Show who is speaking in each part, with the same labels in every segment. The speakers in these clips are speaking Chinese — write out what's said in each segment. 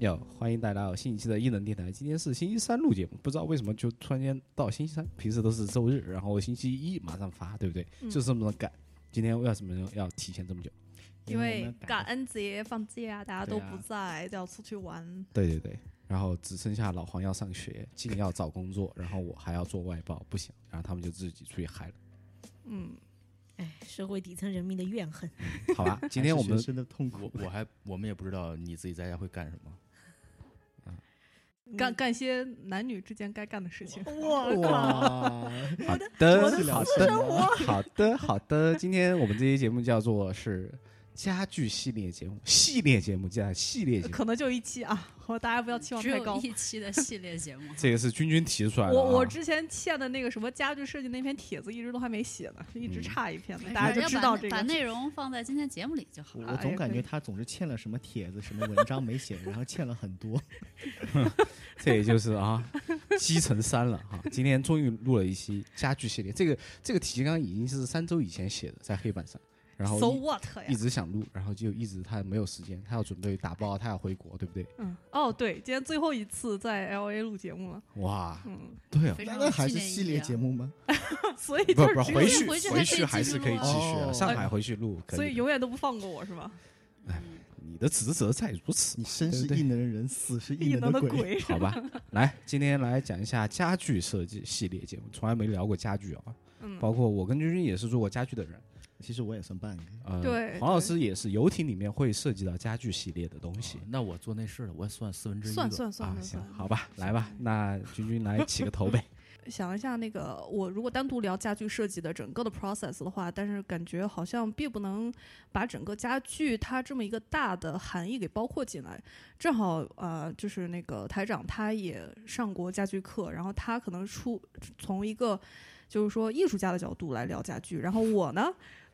Speaker 1: 要欢迎大家到新一期的异能电台。今天是星期三录节目，不知道为什么就突然间到星期三，平时都是周日，然后星期一马上发，对不对？
Speaker 2: 嗯
Speaker 1: 就是这么赶。今天为什么要提前这么久？
Speaker 3: 因
Speaker 1: 我
Speaker 3: 为
Speaker 1: 们
Speaker 3: 感恩节放假，大家
Speaker 1: 对
Speaker 3: 都
Speaker 1: 啊
Speaker 3: 不在，都要出去玩。
Speaker 1: 对对对，然后只剩下老黄要上学，静要找工作，然后我还要做外包，不行，然后他们就自己出去 嗨了，
Speaker 3: 嗯，
Speaker 2: 哎，社会底层人民的怨恨。
Speaker 1: 好吧？今天我们
Speaker 4: 真的痛苦
Speaker 5: 我，我还我们也不知道你自己在家会干什么。
Speaker 3: 干干些男女之间该干的事情。
Speaker 2: 我靠！
Speaker 4: 哇，
Speaker 1: 好的，
Speaker 2: 我的
Speaker 1: 好
Speaker 2: 私
Speaker 1: 的，好的，好的。今天我们这期节目叫做是家具系列节目，系列节目加系列节目，，
Speaker 3: 可能就一期啊，我大家不要期望
Speaker 6: 只
Speaker 3: 太
Speaker 6: 有
Speaker 3: 高。
Speaker 6: 一期的系列节目
Speaker 1: 这个是君君提 出来的、啊。
Speaker 3: 我我之前欠的那个什么家具设计那篇帖子，一直都还没写呢，就一直
Speaker 1: 嗯
Speaker 3: 差一篇呢，
Speaker 6: 没事
Speaker 3: 大家
Speaker 6: 要
Speaker 3: 就知
Speaker 6: 把
Speaker 3: 道
Speaker 6: 那
Speaker 3: 这
Speaker 6: 把
Speaker 3: 个。
Speaker 6: 内容放在今天节目里就好
Speaker 4: 我
Speaker 6: 了。
Speaker 4: 我总感
Speaker 3: 哎
Speaker 4: 觉
Speaker 3: 呀
Speaker 4: 他总是欠了什么帖子、什么文章没写，然后欠了很多。
Speaker 1: 这也就是啊，积成山了哈、今天终于录了一期家具系列，这个这个提纲已经是三周以前写的，在黑板上，然后
Speaker 3: So
Speaker 1: 一
Speaker 3: what
Speaker 1: 一
Speaker 3: 呀？
Speaker 1: 直想录，然后就一直他没有时间，他要准备打包，他要回国，对不对？
Speaker 3: 嗯，哦对，今天最后一次在 L A 录节目了，
Speaker 1: 哇，
Speaker 3: 嗯，
Speaker 1: 对啊，
Speaker 6: 非
Speaker 4: 那
Speaker 6: 常
Speaker 4: 那
Speaker 6: 有
Speaker 4: 还是
Speaker 6: 纪念意
Speaker 4: 系列
Speaker 6: 义啊
Speaker 4: 节目吗？
Speaker 3: 所以
Speaker 1: 不
Speaker 3: 就是
Speaker 1: 不
Speaker 3: 只
Speaker 1: 是
Speaker 3: 有
Speaker 1: 回
Speaker 6: 一
Speaker 1: 去
Speaker 6: 回去
Speaker 1: 回
Speaker 6: 还可以
Speaker 1: 去还
Speaker 6: 继续
Speaker 1: 是可以
Speaker 6: 录
Speaker 1: 继续啊，
Speaker 4: 哦
Speaker 1: 上海回去录，可
Speaker 3: 所以
Speaker 1: 的
Speaker 3: 永远都不放过我是吧？
Speaker 1: 你的职责在如此
Speaker 4: 你，生
Speaker 1: 对
Speaker 4: 是
Speaker 1: 对
Speaker 4: 异能的人，死是
Speaker 3: 异
Speaker 4: 异
Speaker 3: 能
Speaker 4: 能
Speaker 3: 的
Speaker 4: 的鬼。
Speaker 3: 鬼，
Speaker 1: 好吧？来，今天来讲一下家具设计系列节目，从来没聊过家具啊，
Speaker 3: 嗯，
Speaker 1: 包括我跟君君也是做过家具的人。
Speaker 4: 其实我也算半个。
Speaker 1: 呃，
Speaker 3: 对
Speaker 1: 黄老
Speaker 3: 对
Speaker 1: 师也是游艇里面会涉及到家具系列的东西
Speaker 5: 啊。那我做内饰的，我也算四分之一
Speaker 3: 算
Speaker 5: 了
Speaker 3: 算算
Speaker 1: 啊，
Speaker 3: 了
Speaker 1: 行
Speaker 3: 算，了，
Speaker 1: 好吧，来吧，那君君来起个头 呗。
Speaker 3: 想一下，那个我如果单独聊家具设计的整个的 process 的话，但是感觉好像并不能把整个家具它这么一个大的含义给包括进来。正好呃，就是那个台长他也上过家具课，然后他可能出从一个就是说艺术家的角度来聊家具，然后我呢。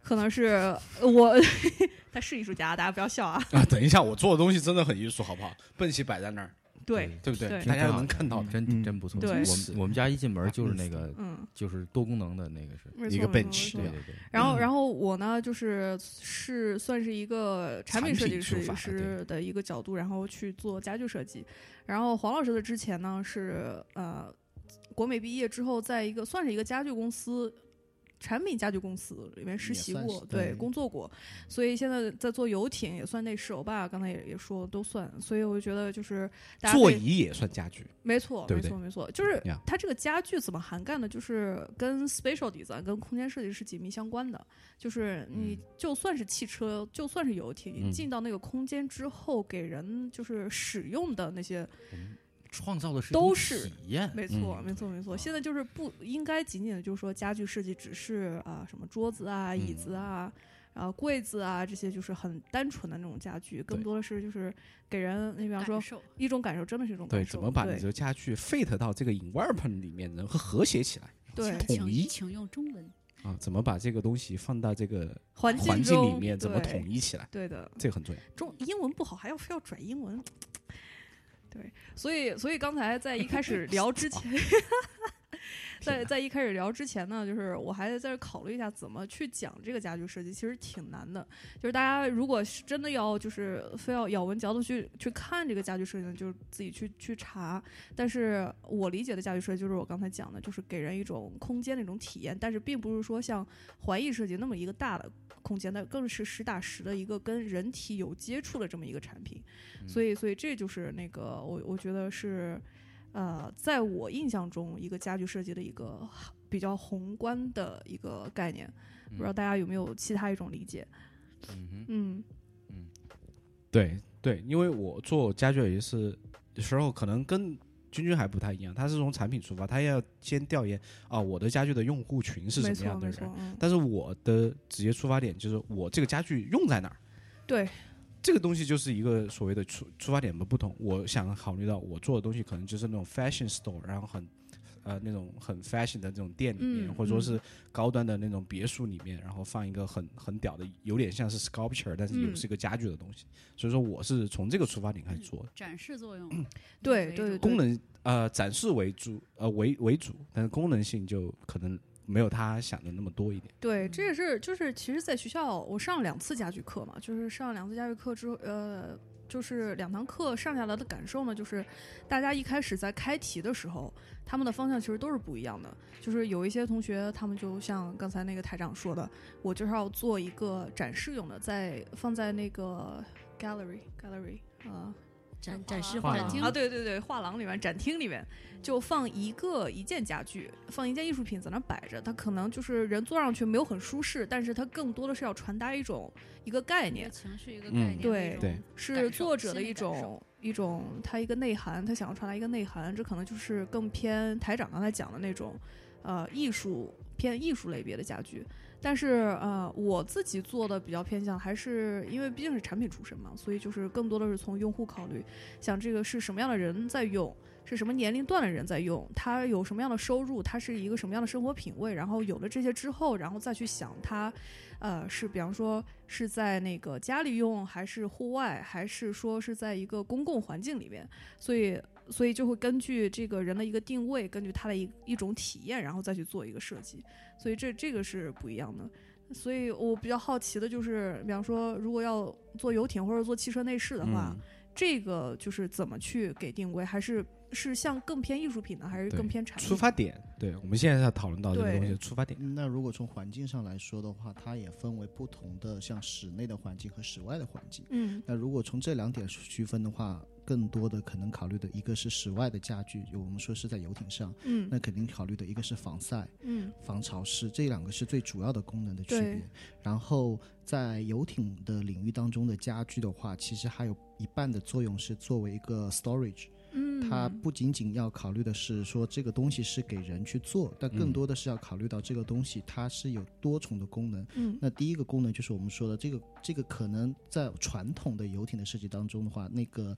Speaker 3: 可能是呃我， 他是艺术家，大家不要笑啊。
Speaker 1: 啊，等一下，我做的东西真的很艺术，好不好？笨棋摆在那儿，
Speaker 3: 对，
Speaker 1: 对不
Speaker 3: 对
Speaker 1: 大家
Speaker 5: 挺好
Speaker 1: 能看到的。
Speaker 4: 嗯
Speaker 5: 真真不错。
Speaker 3: 对
Speaker 5: 我们我们家一进门就是那个
Speaker 3: 嗯，
Speaker 5: 就是多功能的那个是，
Speaker 3: 没
Speaker 1: 一
Speaker 3: 错
Speaker 1: 个
Speaker 3: 没错
Speaker 1: bench，啊
Speaker 3: 没
Speaker 5: 对
Speaker 3: 错
Speaker 5: 对对，
Speaker 3: 然
Speaker 4: 嗯
Speaker 3: 后，然后我呢，就是是算是一个产品设计设计师的一个角度，然后去做家具设计。然后黄老师的之前呢是呃，国美毕业之后，在一个算是一个家具公司。产品家具公司里面实习
Speaker 4: 也算
Speaker 3: 过
Speaker 4: 是，
Speaker 3: 对，
Speaker 4: 对
Speaker 3: 工作过，所以现在在做游艇，也算内饰欧巴，刚才也也说都算，所以我就觉得就是大家
Speaker 1: 座
Speaker 3: 可以
Speaker 1: 椅也算家具，
Speaker 3: 没错，
Speaker 1: 对不
Speaker 3: 没
Speaker 1: 对
Speaker 3: 错，没错，就是
Speaker 1: 呀
Speaker 3: 它这个家具怎么涵盖呢？就是跟 spatial design、跟空间设计是紧密相关的。就是你
Speaker 1: 嗯
Speaker 3: 就算是汽车，就算是游艇，你
Speaker 1: 嗯
Speaker 3: 进到那个空间之后，给人就是使用的那些，
Speaker 5: 创造的是一
Speaker 3: 都
Speaker 5: 种
Speaker 3: 是
Speaker 5: 体验。
Speaker 3: 没错，
Speaker 1: 嗯
Speaker 3: 没错，没错。现在就是不应该仅仅的就是说家具设计只是啊、什么桌子啊、椅
Speaker 1: 嗯
Speaker 3: 子啊。啊，柜子啊，这些就是很单纯的那种家具，更
Speaker 1: 对
Speaker 3: 多的是就是给人，你比方说
Speaker 6: 感受
Speaker 3: 一种感受，真的是一种感
Speaker 1: 对，
Speaker 3: 受。
Speaker 1: 啊怎么把你
Speaker 3: 对
Speaker 1: 这个家具 fit 到这个 environment 里面，能和谐起来
Speaker 3: 对
Speaker 1: 统一
Speaker 6: 请请用中文。
Speaker 1: 啊？怎么把这个东西放到这个
Speaker 3: 环
Speaker 1: 环境
Speaker 3: 中
Speaker 1: 里面，怎么
Speaker 3: 对
Speaker 1: 统一起来？
Speaker 3: 对的，
Speaker 1: 这个很重要。
Speaker 3: 中英文不好还要非要转英文，对，所以所以刚才在一开始聊之前， 在在一开始聊之前呢，就是我还在这考虑一下怎么去讲这个家具设计，其实挺难的。就是大家如果是真的要就是非要咬文嚼字去去看这个家具设计呢，就是自己去去查。但是我理解的家具设计就是我刚才讲的，就是给人一种空间的一种体验，但是并不是说像环艺设计那么一个大的空间，但更是实打实的一个跟人体有接触的这么一个产品。所以，所以这就是那个我我觉得是，呃，在我印象中一个家具设计的一个比较宏观的一个概念，不知
Speaker 1: 嗯
Speaker 3: 道大家有没有其他一种理解？
Speaker 5: 嗯哼，
Speaker 3: 嗯
Speaker 1: 对对，因为我做家具也是有时候可能跟君君还不太一样，他是从产品出发，他要先调研啊我的家具的用户群是
Speaker 3: 没
Speaker 1: 什么
Speaker 3: 错
Speaker 1: 样的
Speaker 3: 没错
Speaker 1: 人。，
Speaker 3: 嗯，
Speaker 1: 但是我的直接出发点就是我这个家具用在哪儿，
Speaker 3: 对
Speaker 1: 这个东西就是一个所谓的出出发点的不同。我想考虑到我做的东西可能就是那种 fashion store，然后很呃那种很 fashion 的这种店里面，
Speaker 3: 嗯
Speaker 1: 或者说
Speaker 3: 嗯
Speaker 1: 是高端的那种别墅里面，然后放一个很很屌的，有点像是 sculpture，但是又
Speaker 3: 嗯，
Speaker 1: 是个家具的东西。所以说我是从这个出发点开始做的，
Speaker 6: 展示作用
Speaker 1: 嗯
Speaker 3: 对
Speaker 6: 为
Speaker 3: 对对
Speaker 6: 主
Speaker 1: 功能呃展示为主呃为为主，但是功能性就可能没有他想的那么多一点。
Speaker 3: 对，这也是就是其实，在学校我上两次家具课嘛，就是上两次家具课之后，呃，就是两堂课上下来的感受呢，就是大家一开始在开题的时候，他们的方向其实都是不一样的。就是有一些同学，他们就像刚才那个台长说的，我就是要做一个展示用的，在放在那个 gallery gallery 啊、
Speaker 2: 展展示
Speaker 5: 画
Speaker 2: 画
Speaker 5: 廊
Speaker 2: 廊
Speaker 5: 厅
Speaker 3: 啊，对对对，画廊里面、展厅里面就放一个一件家具，放一件艺术品在那摆着，它可能就是人坐上去没有很舒适，但是它更多的是要传达一种一个概
Speaker 6: 一
Speaker 3: 念
Speaker 6: 个，情绪一个
Speaker 1: 嗯
Speaker 6: 概念，
Speaker 3: 对
Speaker 6: 一种
Speaker 1: 对
Speaker 3: 是
Speaker 6: 感受
Speaker 3: 作者的
Speaker 6: 心理
Speaker 3: 一
Speaker 6: 感受
Speaker 3: 种一种他一个内涵，他想要传达一个内涵，这可能就是更偏台长刚才讲的那种，呃，艺术偏艺术类别的家具。但是呃，我自己做的比较偏向，还是因为毕竟是产品出身嘛，所以就是更多的是从用户考虑，想这个是什么样的人在用，是什么年龄段的人在用，他有什么样的收入，他是一个什么样的生活品味，然后有了这些之后，然后再去想他，呃，是比方说是在那个家里用，还是户外，还是说是在一个公共环境里面，所以。所以就会根据这个人的一个定位，根据他的一一种体验，然后再去做一个设计，所以这这个是不一样的。所以我比较好奇的就是，比方说，如果要做游艇或者做汽车内饰的话，
Speaker 1: 嗯
Speaker 3: 这个就是怎么去给定位，还是是像更偏艺术品呢，还是
Speaker 1: 对
Speaker 3: 更偏产品？
Speaker 1: 出发点，对，我们现在要讨论到这个
Speaker 3: 对
Speaker 1: 东西，出发点，
Speaker 4: 那如果从环境上来说的话，它也分为不同的，像室内的环境和室外的环境。
Speaker 3: 嗯
Speaker 4: 那如果从这两点区分的话，更多的可能考虑的一个是室外的家具，有我们说是在游艇上，
Speaker 3: 嗯
Speaker 4: 那肯定考虑的一个是防晒、
Speaker 3: 嗯
Speaker 4: 防潮湿，这两个是最主要的功能的区
Speaker 3: 对
Speaker 4: 别。然后在游艇的领域当中的家具的话，其实还有一半的作用是作为一个 storage，
Speaker 3: 嗯，
Speaker 4: 它不仅仅要考虑的是说这个东西是给人去做，但更
Speaker 1: 嗯
Speaker 4: 多的是要考虑到这个东西它是有多重的功能。
Speaker 3: 嗯
Speaker 4: 那第一个功能就是我们说的这个这个可能在传统的游艇的设计当中的话，那个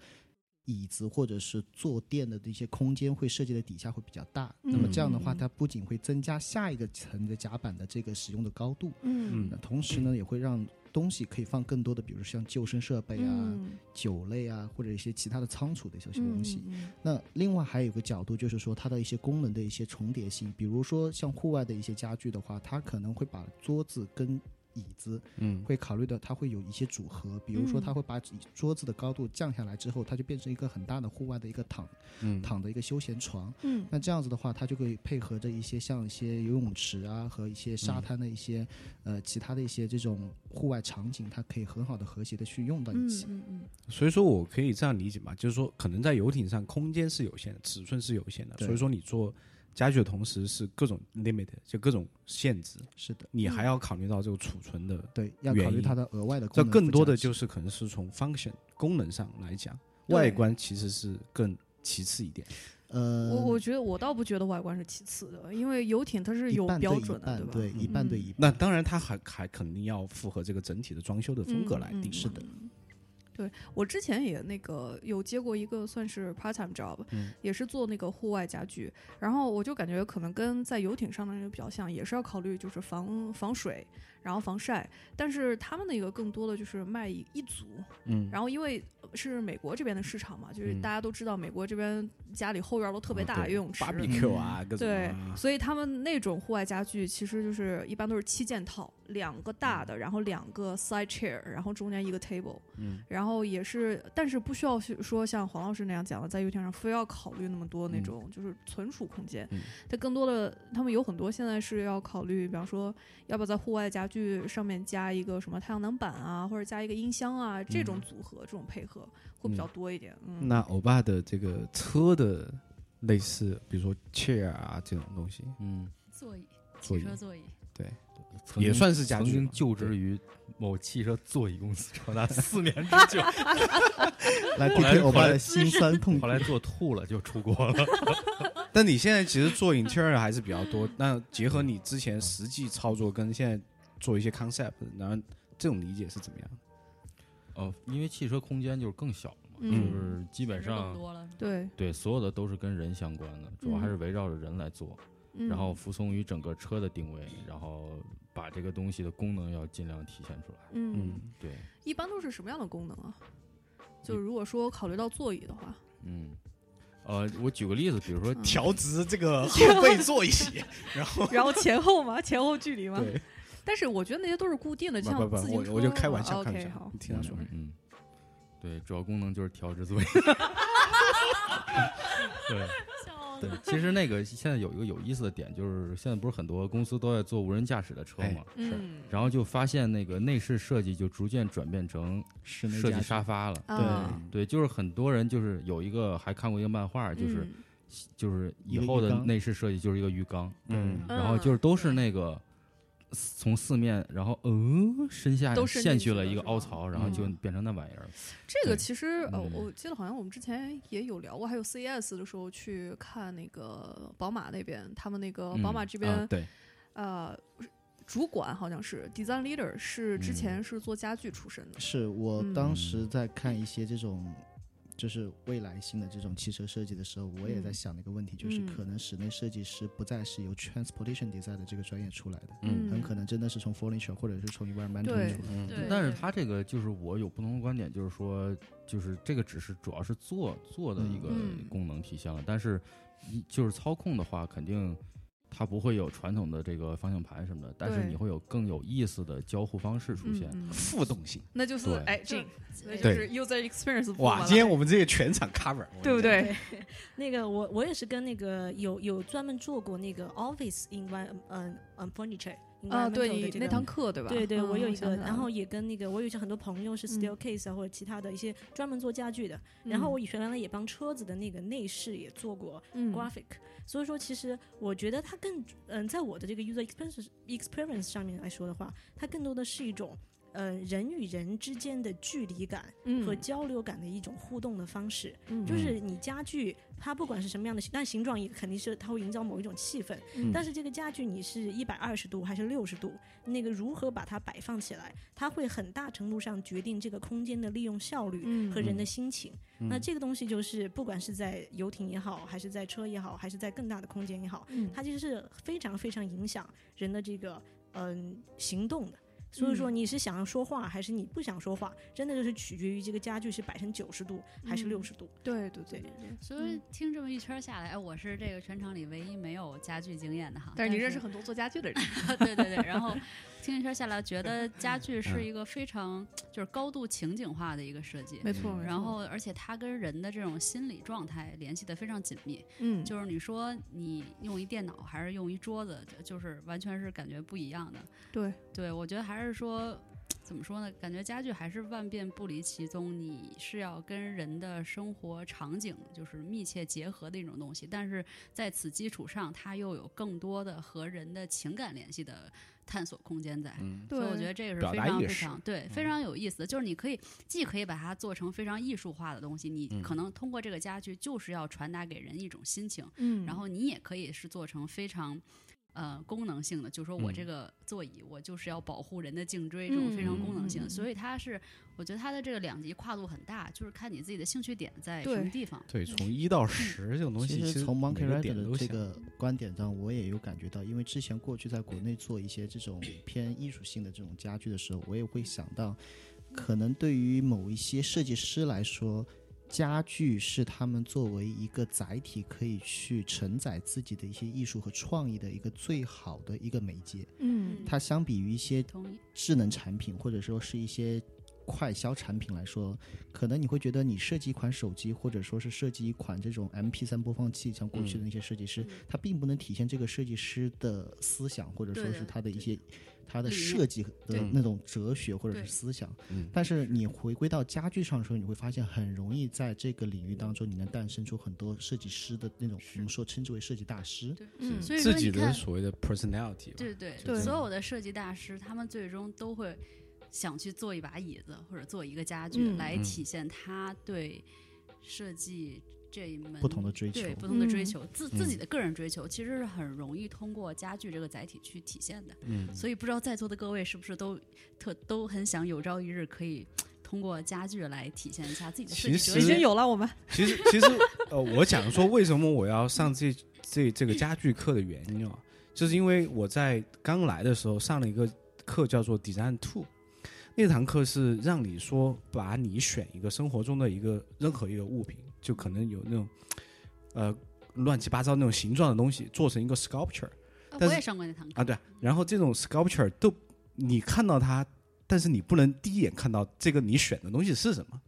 Speaker 4: 椅子或者是坐垫的这些空间会设计的底下会比较大。那么这样的话，
Speaker 3: 嗯
Speaker 4: 它不仅会增加下一个层的甲板的这个使用的高度，
Speaker 3: 嗯
Speaker 4: 那同时呢也会让东西可以放更多的，比如像救生设备
Speaker 1: 哎
Speaker 4: 啊、
Speaker 3: 嗯
Speaker 4: 酒类啊，或者一些其他的仓储的一些东西。
Speaker 3: 嗯
Speaker 4: 那另外还有一个角度，就是说它的一些功能的一些重叠性，比如说像户外的一些家具的话，它可能会把桌子跟椅子
Speaker 1: 嗯，
Speaker 4: 会考虑到它会有一些组合，比如说它会把椅桌子的高度降下来之后，它就变成一个很大的户外的一个躺
Speaker 1: 嗯，
Speaker 4: 躺的一个休闲床。
Speaker 3: 嗯
Speaker 4: 那这样子的话，它就可以配合着一些像一些游泳池啊和一些沙滩的一些、
Speaker 1: 嗯
Speaker 4: 呃其他的一些这种户外场景，它可以很好的和谐的去用到一
Speaker 3: 嗯
Speaker 4: 起。
Speaker 3: 嗯嗯
Speaker 1: 所以说我可以这样理解嘛，就是说可能在游艇上空间是有限的，尺寸是有限的，
Speaker 4: 对
Speaker 1: 所以说你做家具的同时是各种 limit，就各种限制，
Speaker 4: 是的，
Speaker 1: 你还要考虑到这个储存的，
Speaker 4: 对，要
Speaker 1: 原
Speaker 4: 考虑
Speaker 1: 因
Speaker 4: 它的额外的
Speaker 1: 这
Speaker 4: 功能附加值。
Speaker 1: 更多的就是可能是从 function 功能上来讲，
Speaker 3: 对
Speaker 1: 外观其实是更其次一点。
Speaker 4: 呃，
Speaker 3: 我我觉得我倒不觉得外观是其次的，因为游艇它是
Speaker 4: 一
Speaker 3: 有
Speaker 4: 半对
Speaker 3: 标
Speaker 4: 一
Speaker 3: 准的，
Speaker 4: 半
Speaker 3: 吧？
Speaker 4: 对，一半对
Speaker 3: 嗯
Speaker 4: 一半。
Speaker 1: 那 当然，它还还肯定要符合这个整体的装修的风格来定、
Speaker 3: 嗯嗯
Speaker 4: 是的，
Speaker 3: 对我之前也那个有接过一个算是 part time job，、
Speaker 1: 嗯
Speaker 3: 也是做那个户外家具，然后我就感觉可能跟在游艇上的那个比较像，也是要考虑就是防防水，然后防晒，但是他们那个更多的就是卖一一组，
Speaker 1: 嗯，
Speaker 3: 然后因为是美国这边的市场嘛，就是
Speaker 1: 嗯
Speaker 3: 大家都知道美国这边家里后院都特
Speaker 4: 啊
Speaker 3: 别大，游泳池
Speaker 1: 芭比 Q 嗯啊，各种
Speaker 3: 对
Speaker 1: 啊，
Speaker 3: 所以他们那种户外家具其实就是一般都是七件套，两个大的，然后两个 side chair，然后中间一个 table，
Speaker 1: 嗯，
Speaker 3: 然后也是，但是不需要去说像黄老师那样讲的，在游艇上非要考虑那么多那
Speaker 1: 嗯
Speaker 3: 种就是存储空间
Speaker 1: 嗯，
Speaker 3: 它更多的他们有很多现在是要考虑，比方说要不要在户外家具上面加一个什么太阳能板啊，或者加一个音箱啊，这种组合、这种配合会比较多一点，嗯，
Speaker 1: 那欧巴的这个车的类似，比如说 chair 啊这种东西，
Speaker 5: 嗯，
Speaker 6: 座椅，
Speaker 1: 座
Speaker 6: 汽
Speaker 1: 椅
Speaker 6: 车座椅，
Speaker 5: 曾
Speaker 1: 也
Speaker 5: 经
Speaker 1: 算是家
Speaker 5: 曾
Speaker 1: 具
Speaker 5: 经
Speaker 1: 嘛
Speaker 5: 就职
Speaker 1: 对
Speaker 5: 于某汽车座椅公司长 达四年之久，
Speaker 4: 来
Speaker 5: 后来
Speaker 4: PK 欧
Speaker 5: 后
Speaker 4: 巴
Speaker 5: 来
Speaker 4: 的辛酸痛苦
Speaker 5: 后。来做吐了就出国了。
Speaker 1: 但你现在其实做 interior 还是比较 多，那结合你之前实际操作跟现在做一些 concept，然后这种理解是怎么样？
Speaker 5: 哦，因为汽车空间就是更小了嘛，
Speaker 3: 嗯
Speaker 5: 就是基
Speaker 6: 本
Speaker 5: 本
Speaker 6: 更
Speaker 5: 上
Speaker 6: 多了，
Speaker 3: 对，
Speaker 5: 对所有的都是跟人相关的，主要还是围绕着人来做，
Speaker 3: 嗯、
Speaker 5: 然后服从于整个车的定位，然后把这个东西的功能要尽量体现出来。
Speaker 3: 嗯。
Speaker 1: 嗯，
Speaker 5: 对，
Speaker 3: 一般都是什么样的功能啊？就如果说考虑到座椅的 话，
Speaker 5: 嗯，呃，我举个例子，比如说
Speaker 3: 嗯
Speaker 1: 调直这个后背座椅，
Speaker 3: 然后前后嘛，前后距离嘛。
Speaker 1: 对，
Speaker 3: 但是我觉得那些都是固定的，
Speaker 1: 不不
Speaker 3: 像
Speaker 1: 不
Speaker 3: 自，行车
Speaker 1: 我我就开玩笑，
Speaker 3: 啊
Speaker 1: 开玩
Speaker 3: OK，
Speaker 1: 笑
Speaker 3: 好，，
Speaker 1: 你听他说。
Speaker 5: 嗯，对，主要功能就是调制座椅。 对，
Speaker 6: 笑
Speaker 5: 对，其实那个现在有一个有意思的点，就是现在不是很多公司都在做无人驾驶的车嘛，
Speaker 3: 嗯，
Speaker 5: 然后就发现那个内饰设计就逐渐转变成
Speaker 4: 室内
Speaker 5: 设
Speaker 4: 家
Speaker 5: 计
Speaker 4: 具
Speaker 5: 沙发了。
Speaker 3: 啊
Speaker 5: 对，就是很多人就是有一个还看过一个漫画，就是、
Speaker 3: 嗯
Speaker 5: 就是以
Speaker 4: 一个
Speaker 5: 后
Speaker 4: 浴
Speaker 5: 的
Speaker 4: 缸
Speaker 5: 内饰设计就是一个浴缸，
Speaker 1: 嗯
Speaker 6: 嗯
Speaker 5: 然后就是都是那个从四面，然后呃身下
Speaker 3: 都伸进
Speaker 5: 陷
Speaker 3: 去
Speaker 5: 去了
Speaker 3: 了
Speaker 5: 一个
Speaker 3: 是吧
Speaker 5: 凹槽，然后就
Speaker 3: 嗯
Speaker 5: 变成那玩意儿了。
Speaker 3: 这个
Speaker 5: 对
Speaker 3: 其实呃，
Speaker 5: 嗯
Speaker 3: 我记得好像我们之前也有聊过，还有 CES 的时候去看那个宝马那边，他们那个哦宝马
Speaker 5: 嗯
Speaker 3: 这
Speaker 5: 啊
Speaker 3: 边、
Speaker 5: 对，
Speaker 1: 啊
Speaker 3: 呃，主管好像是 design leader，是之
Speaker 5: 嗯
Speaker 3: 前是做家具出身的。
Speaker 4: 是我
Speaker 3: 嗯
Speaker 4: 当时在看一些这种，就是未来性的这种汽车设计的时候，我也在
Speaker 3: 嗯
Speaker 4: 想的一个问题，就是
Speaker 3: 嗯
Speaker 4: 可能室内设计师不再是由 transportation design 的这个专业出来的，
Speaker 3: 嗯
Speaker 4: 很可能真的是从 furniture 或者是从 environmental
Speaker 3: 对
Speaker 4: 出来的。
Speaker 1: 嗯
Speaker 6: 对
Speaker 5: 但是他这个就是我有不同的观点，就是说，就是这个只是主要是做做的一个
Speaker 3: 嗯
Speaker 5: 功能体现了，但是一就是操控的话，肯定它不会有传统的这个方向盘什么的，但是
Speaker 3: 对
Speaker 5: 你会有更有意思的交互方式出现。
Speaker 3: 嗯嗯
Speaker 1: 互动性。
Speaker 3: 那就是
Speaker 5: 对
Speaker 3: 哎，这那就
Speaker 1: 对
Speaker 3: 是 user experience 部
Speaker 1: 哇，
Speaker 3: 分
Speaker 1: 今天
Speaker 3: 了
Speaker 1: 我们这个全场 cover，
Speaker 3: 对不？对？
Speaker 2: 那个我我也是跟那个有有专门做过那个 office in one 嗯嗯 furniture
Speaker 3: 啊，
Speaker 2: environmental
Speaker 3: 对
Speaker 2: 的
Speaker 3: 你
Speaker 2: 这
Speaker 3: 那
Speaker 2: 个
Speaker 3: 堂课对吧？
Speaker 2: 对对，
Speaker 3: 嗯
Speaker 2: 我有一
Speaker 3: 想
Speaker 2: 个，
Speaker 3: 起来
Speaker 2: 然
Speaker 3: 了
Speaker 2: 后也跟那个，我有一些很多朋友是
Speaker 3: 嗯
Speaker 2: staircase 啊，或者其他的一些专门做家具的。然后
Speaker 3: 嗯
Speaker 2: 我以前原来也帮车子的那个内饰也做过
Speaker 3: 嗯
Speaker 2: graphic，所以说其实我觉得它更嗯，在我的这个 user experience experience 上面来说的话，它更多的是一种嗯人与人之间的距离感和
Speaker 3: 嗯
Speaker 2: 交流感的一种互动的方式。
Speaker 3: 嗯
Speaker 2: 就是你家具，它不管是什么样的形，但形状也肯定是它会营造某一种气氛。
Speaker 1: 嗯
Speaker 2: 但是这个家具你是一百二十度还是六十度，那个如何把它摆放起来，它会很大程度上决定这个空间的利用效率
Speaker 3: 嗯
Speaker 2: 和人的
Speaker 1: 嗯
Speaker 2: 心情。那这个东西就是，不管是在游艇也好，还是在车也好，还是在更大的空间也好，
Speaker 3: 嗯
Speaker 2: 它其实是非常非常影响人的这个嗯、行动的。所以说
Speaker 3: 嗯
Speaker 2: 你是想要说话，还是你不想说话，真的就是取决于这个家具是摆成九十度还是
Speaker 3: 嗯
Speaker 2: 六十度。
Speaker 3: 对对对对对。
Speaker 6: 所以
Speaker 3: 嗯
Speaker 6: 听这么一圈儿下来，哎，我是这个全场里唯一没有家具经验的哈。
Speaker 3: 但是你认识很多做家具的人，
Speaker 6: 对对对，然后听一圈下来，觉得家具
Speaker 1: 嗯
Speaker 6: 是一个非常就是高度情景化的一个设计。
Speaker 3: 没错。没
Speaker 6: 然
Speaker 3: 错
Speaker 6: 后，而且它跟人的这种心理状态联系的非常紧密。
Speaker 3: 嗯，
Speaker 6: 就是你说你用一电脑还是用一桌子，就就是完全是感觉不一样的。
Speaker 3: 对，
Speaker 6: 对我觉得还是说，怎么说呢？感觉家具还是万变不离其宗，你是要跟人的生活场景就是密切结合的一种东西。但是在此基础上，它又有更多的和人的情感联系的探索空间在。
Speaker 1: 嗯，
Speaker 3: 对，
Speaker 6: 所以我觉得这个是
Speaker 1: 表
Speaker 6: 非
Speaker 1: 达
Speaker 6: 常
Speaker 1: 意
Speaker 6: 非
Speaker 1: 识
Speaker 6: 常对非常有意思的，就是你可以既可以把它做成非常艺术化的东西，你
Speaker 1: 嗯
Speaker 6: 可能通过这个家具就是要传达给人一种心情，
Speaker 3: 嗯，
Speaker 6: 然后你也可以是做成非常。呃，功能性的，就说我
Speaker 1: 嗯
Speaker 6: 这个座椅，我就是要保护人的颈椎，这种非常功能性
Speaker 3: 嗯嗯嗯
Speaker 6: 的，
Speaker 3: 嗯
Speaker 6: 所以它是，我觉得它的这个两级跨度很大，就是看你自己的兴趣点在什
Speaker 3: 对
Speaker 6: 么地方。
Speaker 1: 对，从一到十这种东西，
Speaker 4: 其
Speaker 1: 实
Speaker 4: 从 Monkey
Speaker 1: 每
Speaker 4: Rider
Speaker 1: 个点
Speaker 4: 的
Speaker 1: 都
Speaker 4: 这
Speaker 1: 像。
Speaker 4: 个观点上，我也有感觉到，因为之前过去在国内做一些这种偏艺术性的这种家具的时候，我也会想到，可能对于某一些设计师来说，家具是他们作为一个载体可以去承载自己的一些艺术和创意的一个最好的一个媒介。
Speaker 3: 嗯
Speaker 4: 它相比于一些
Speaker 6: 同意，
Speaker 4: 智能产品或者说是一些快消产品来说，可能你会觉得你设计一款手机，或者说是设计一款这种 MP 3播放器，像过去的那些设计师，
Speaker 6: 嗯
Speaker 4: 他并不能体现这个设计师的思想，或者说
Speaker 6: 对
Speaker 4: 是
Speaker 6: 的
Speaker 4: 他的一些他的
Speaker 6: 理念
Speaker 4: 设计的
Speaker 6: 对
Speaker 4: 那种哲学或者
Speaker 6: 对
Speaker 4: 是思想
Speaker 1: 嗯。
Speaker 4: 但是你回归到家具上的时候，你会发现很容易在这个领域当中，你能诞生出很多设计师的那种我们说称之为设计大师。
Speaker 6: 对，
Speaker 3: 嗯
Speaker 6: 所以说
Speaker 1: 自
Speaker 6: 你
Speaker 1: 己的
Speaker 6: 看
Speaker 1: 所谓的 personality 吧，
Speaker 6: 对对
Speaker 1: 就
Speaker 3: 对
Speaker 6: 所有的设计大师，他们最终都会想去做一把椅子或者做一个家具，
Speaker 3: 嗯
Speaker 6: 来
Speaker 1: 嗯
Speaker 6: 体现他对设计这一门
Speaker 4: 不同的追求
Speaker 6: 对不同的追
Speaker 3: 嗯
Speaker 6: 求，自自己的个人追求，其实是很容易通过家具这个载体去体现的。
Speaker 1: 嗯，
Speaker 6: 所以不知道在座的各位是不是都特都很想有朝一日可以通过家具来体现一下自己的设计
Speaker 1: 其
Speaker 6: 哲
Speaker 3: 已
Speaker 1: 实
Speaker 3: 经
Speaker 6: 学？
Speaker 3: 有了我们，
Speaker 1: 其实其实呃，我讲说为什么我要上这这这个家具课的原因啊，就是因为我在刚来的时候上了一个课叫做 Design Two，那堂课是让你说把你选一个生活中的一个任何一个物品，就可能有那种呃乱七八糟那种形状的东西，做成一个 sculpture
Speaker 6: 啊
Speaker 1: 但
Speaker 6: 我也
Speaker 1: 是
Speaker 6: 上过那堂课
Speaker 1: 啊，对，然后这种 sculpture 都你看到它，但是你不能第一眼看到这个你选的东西是什么。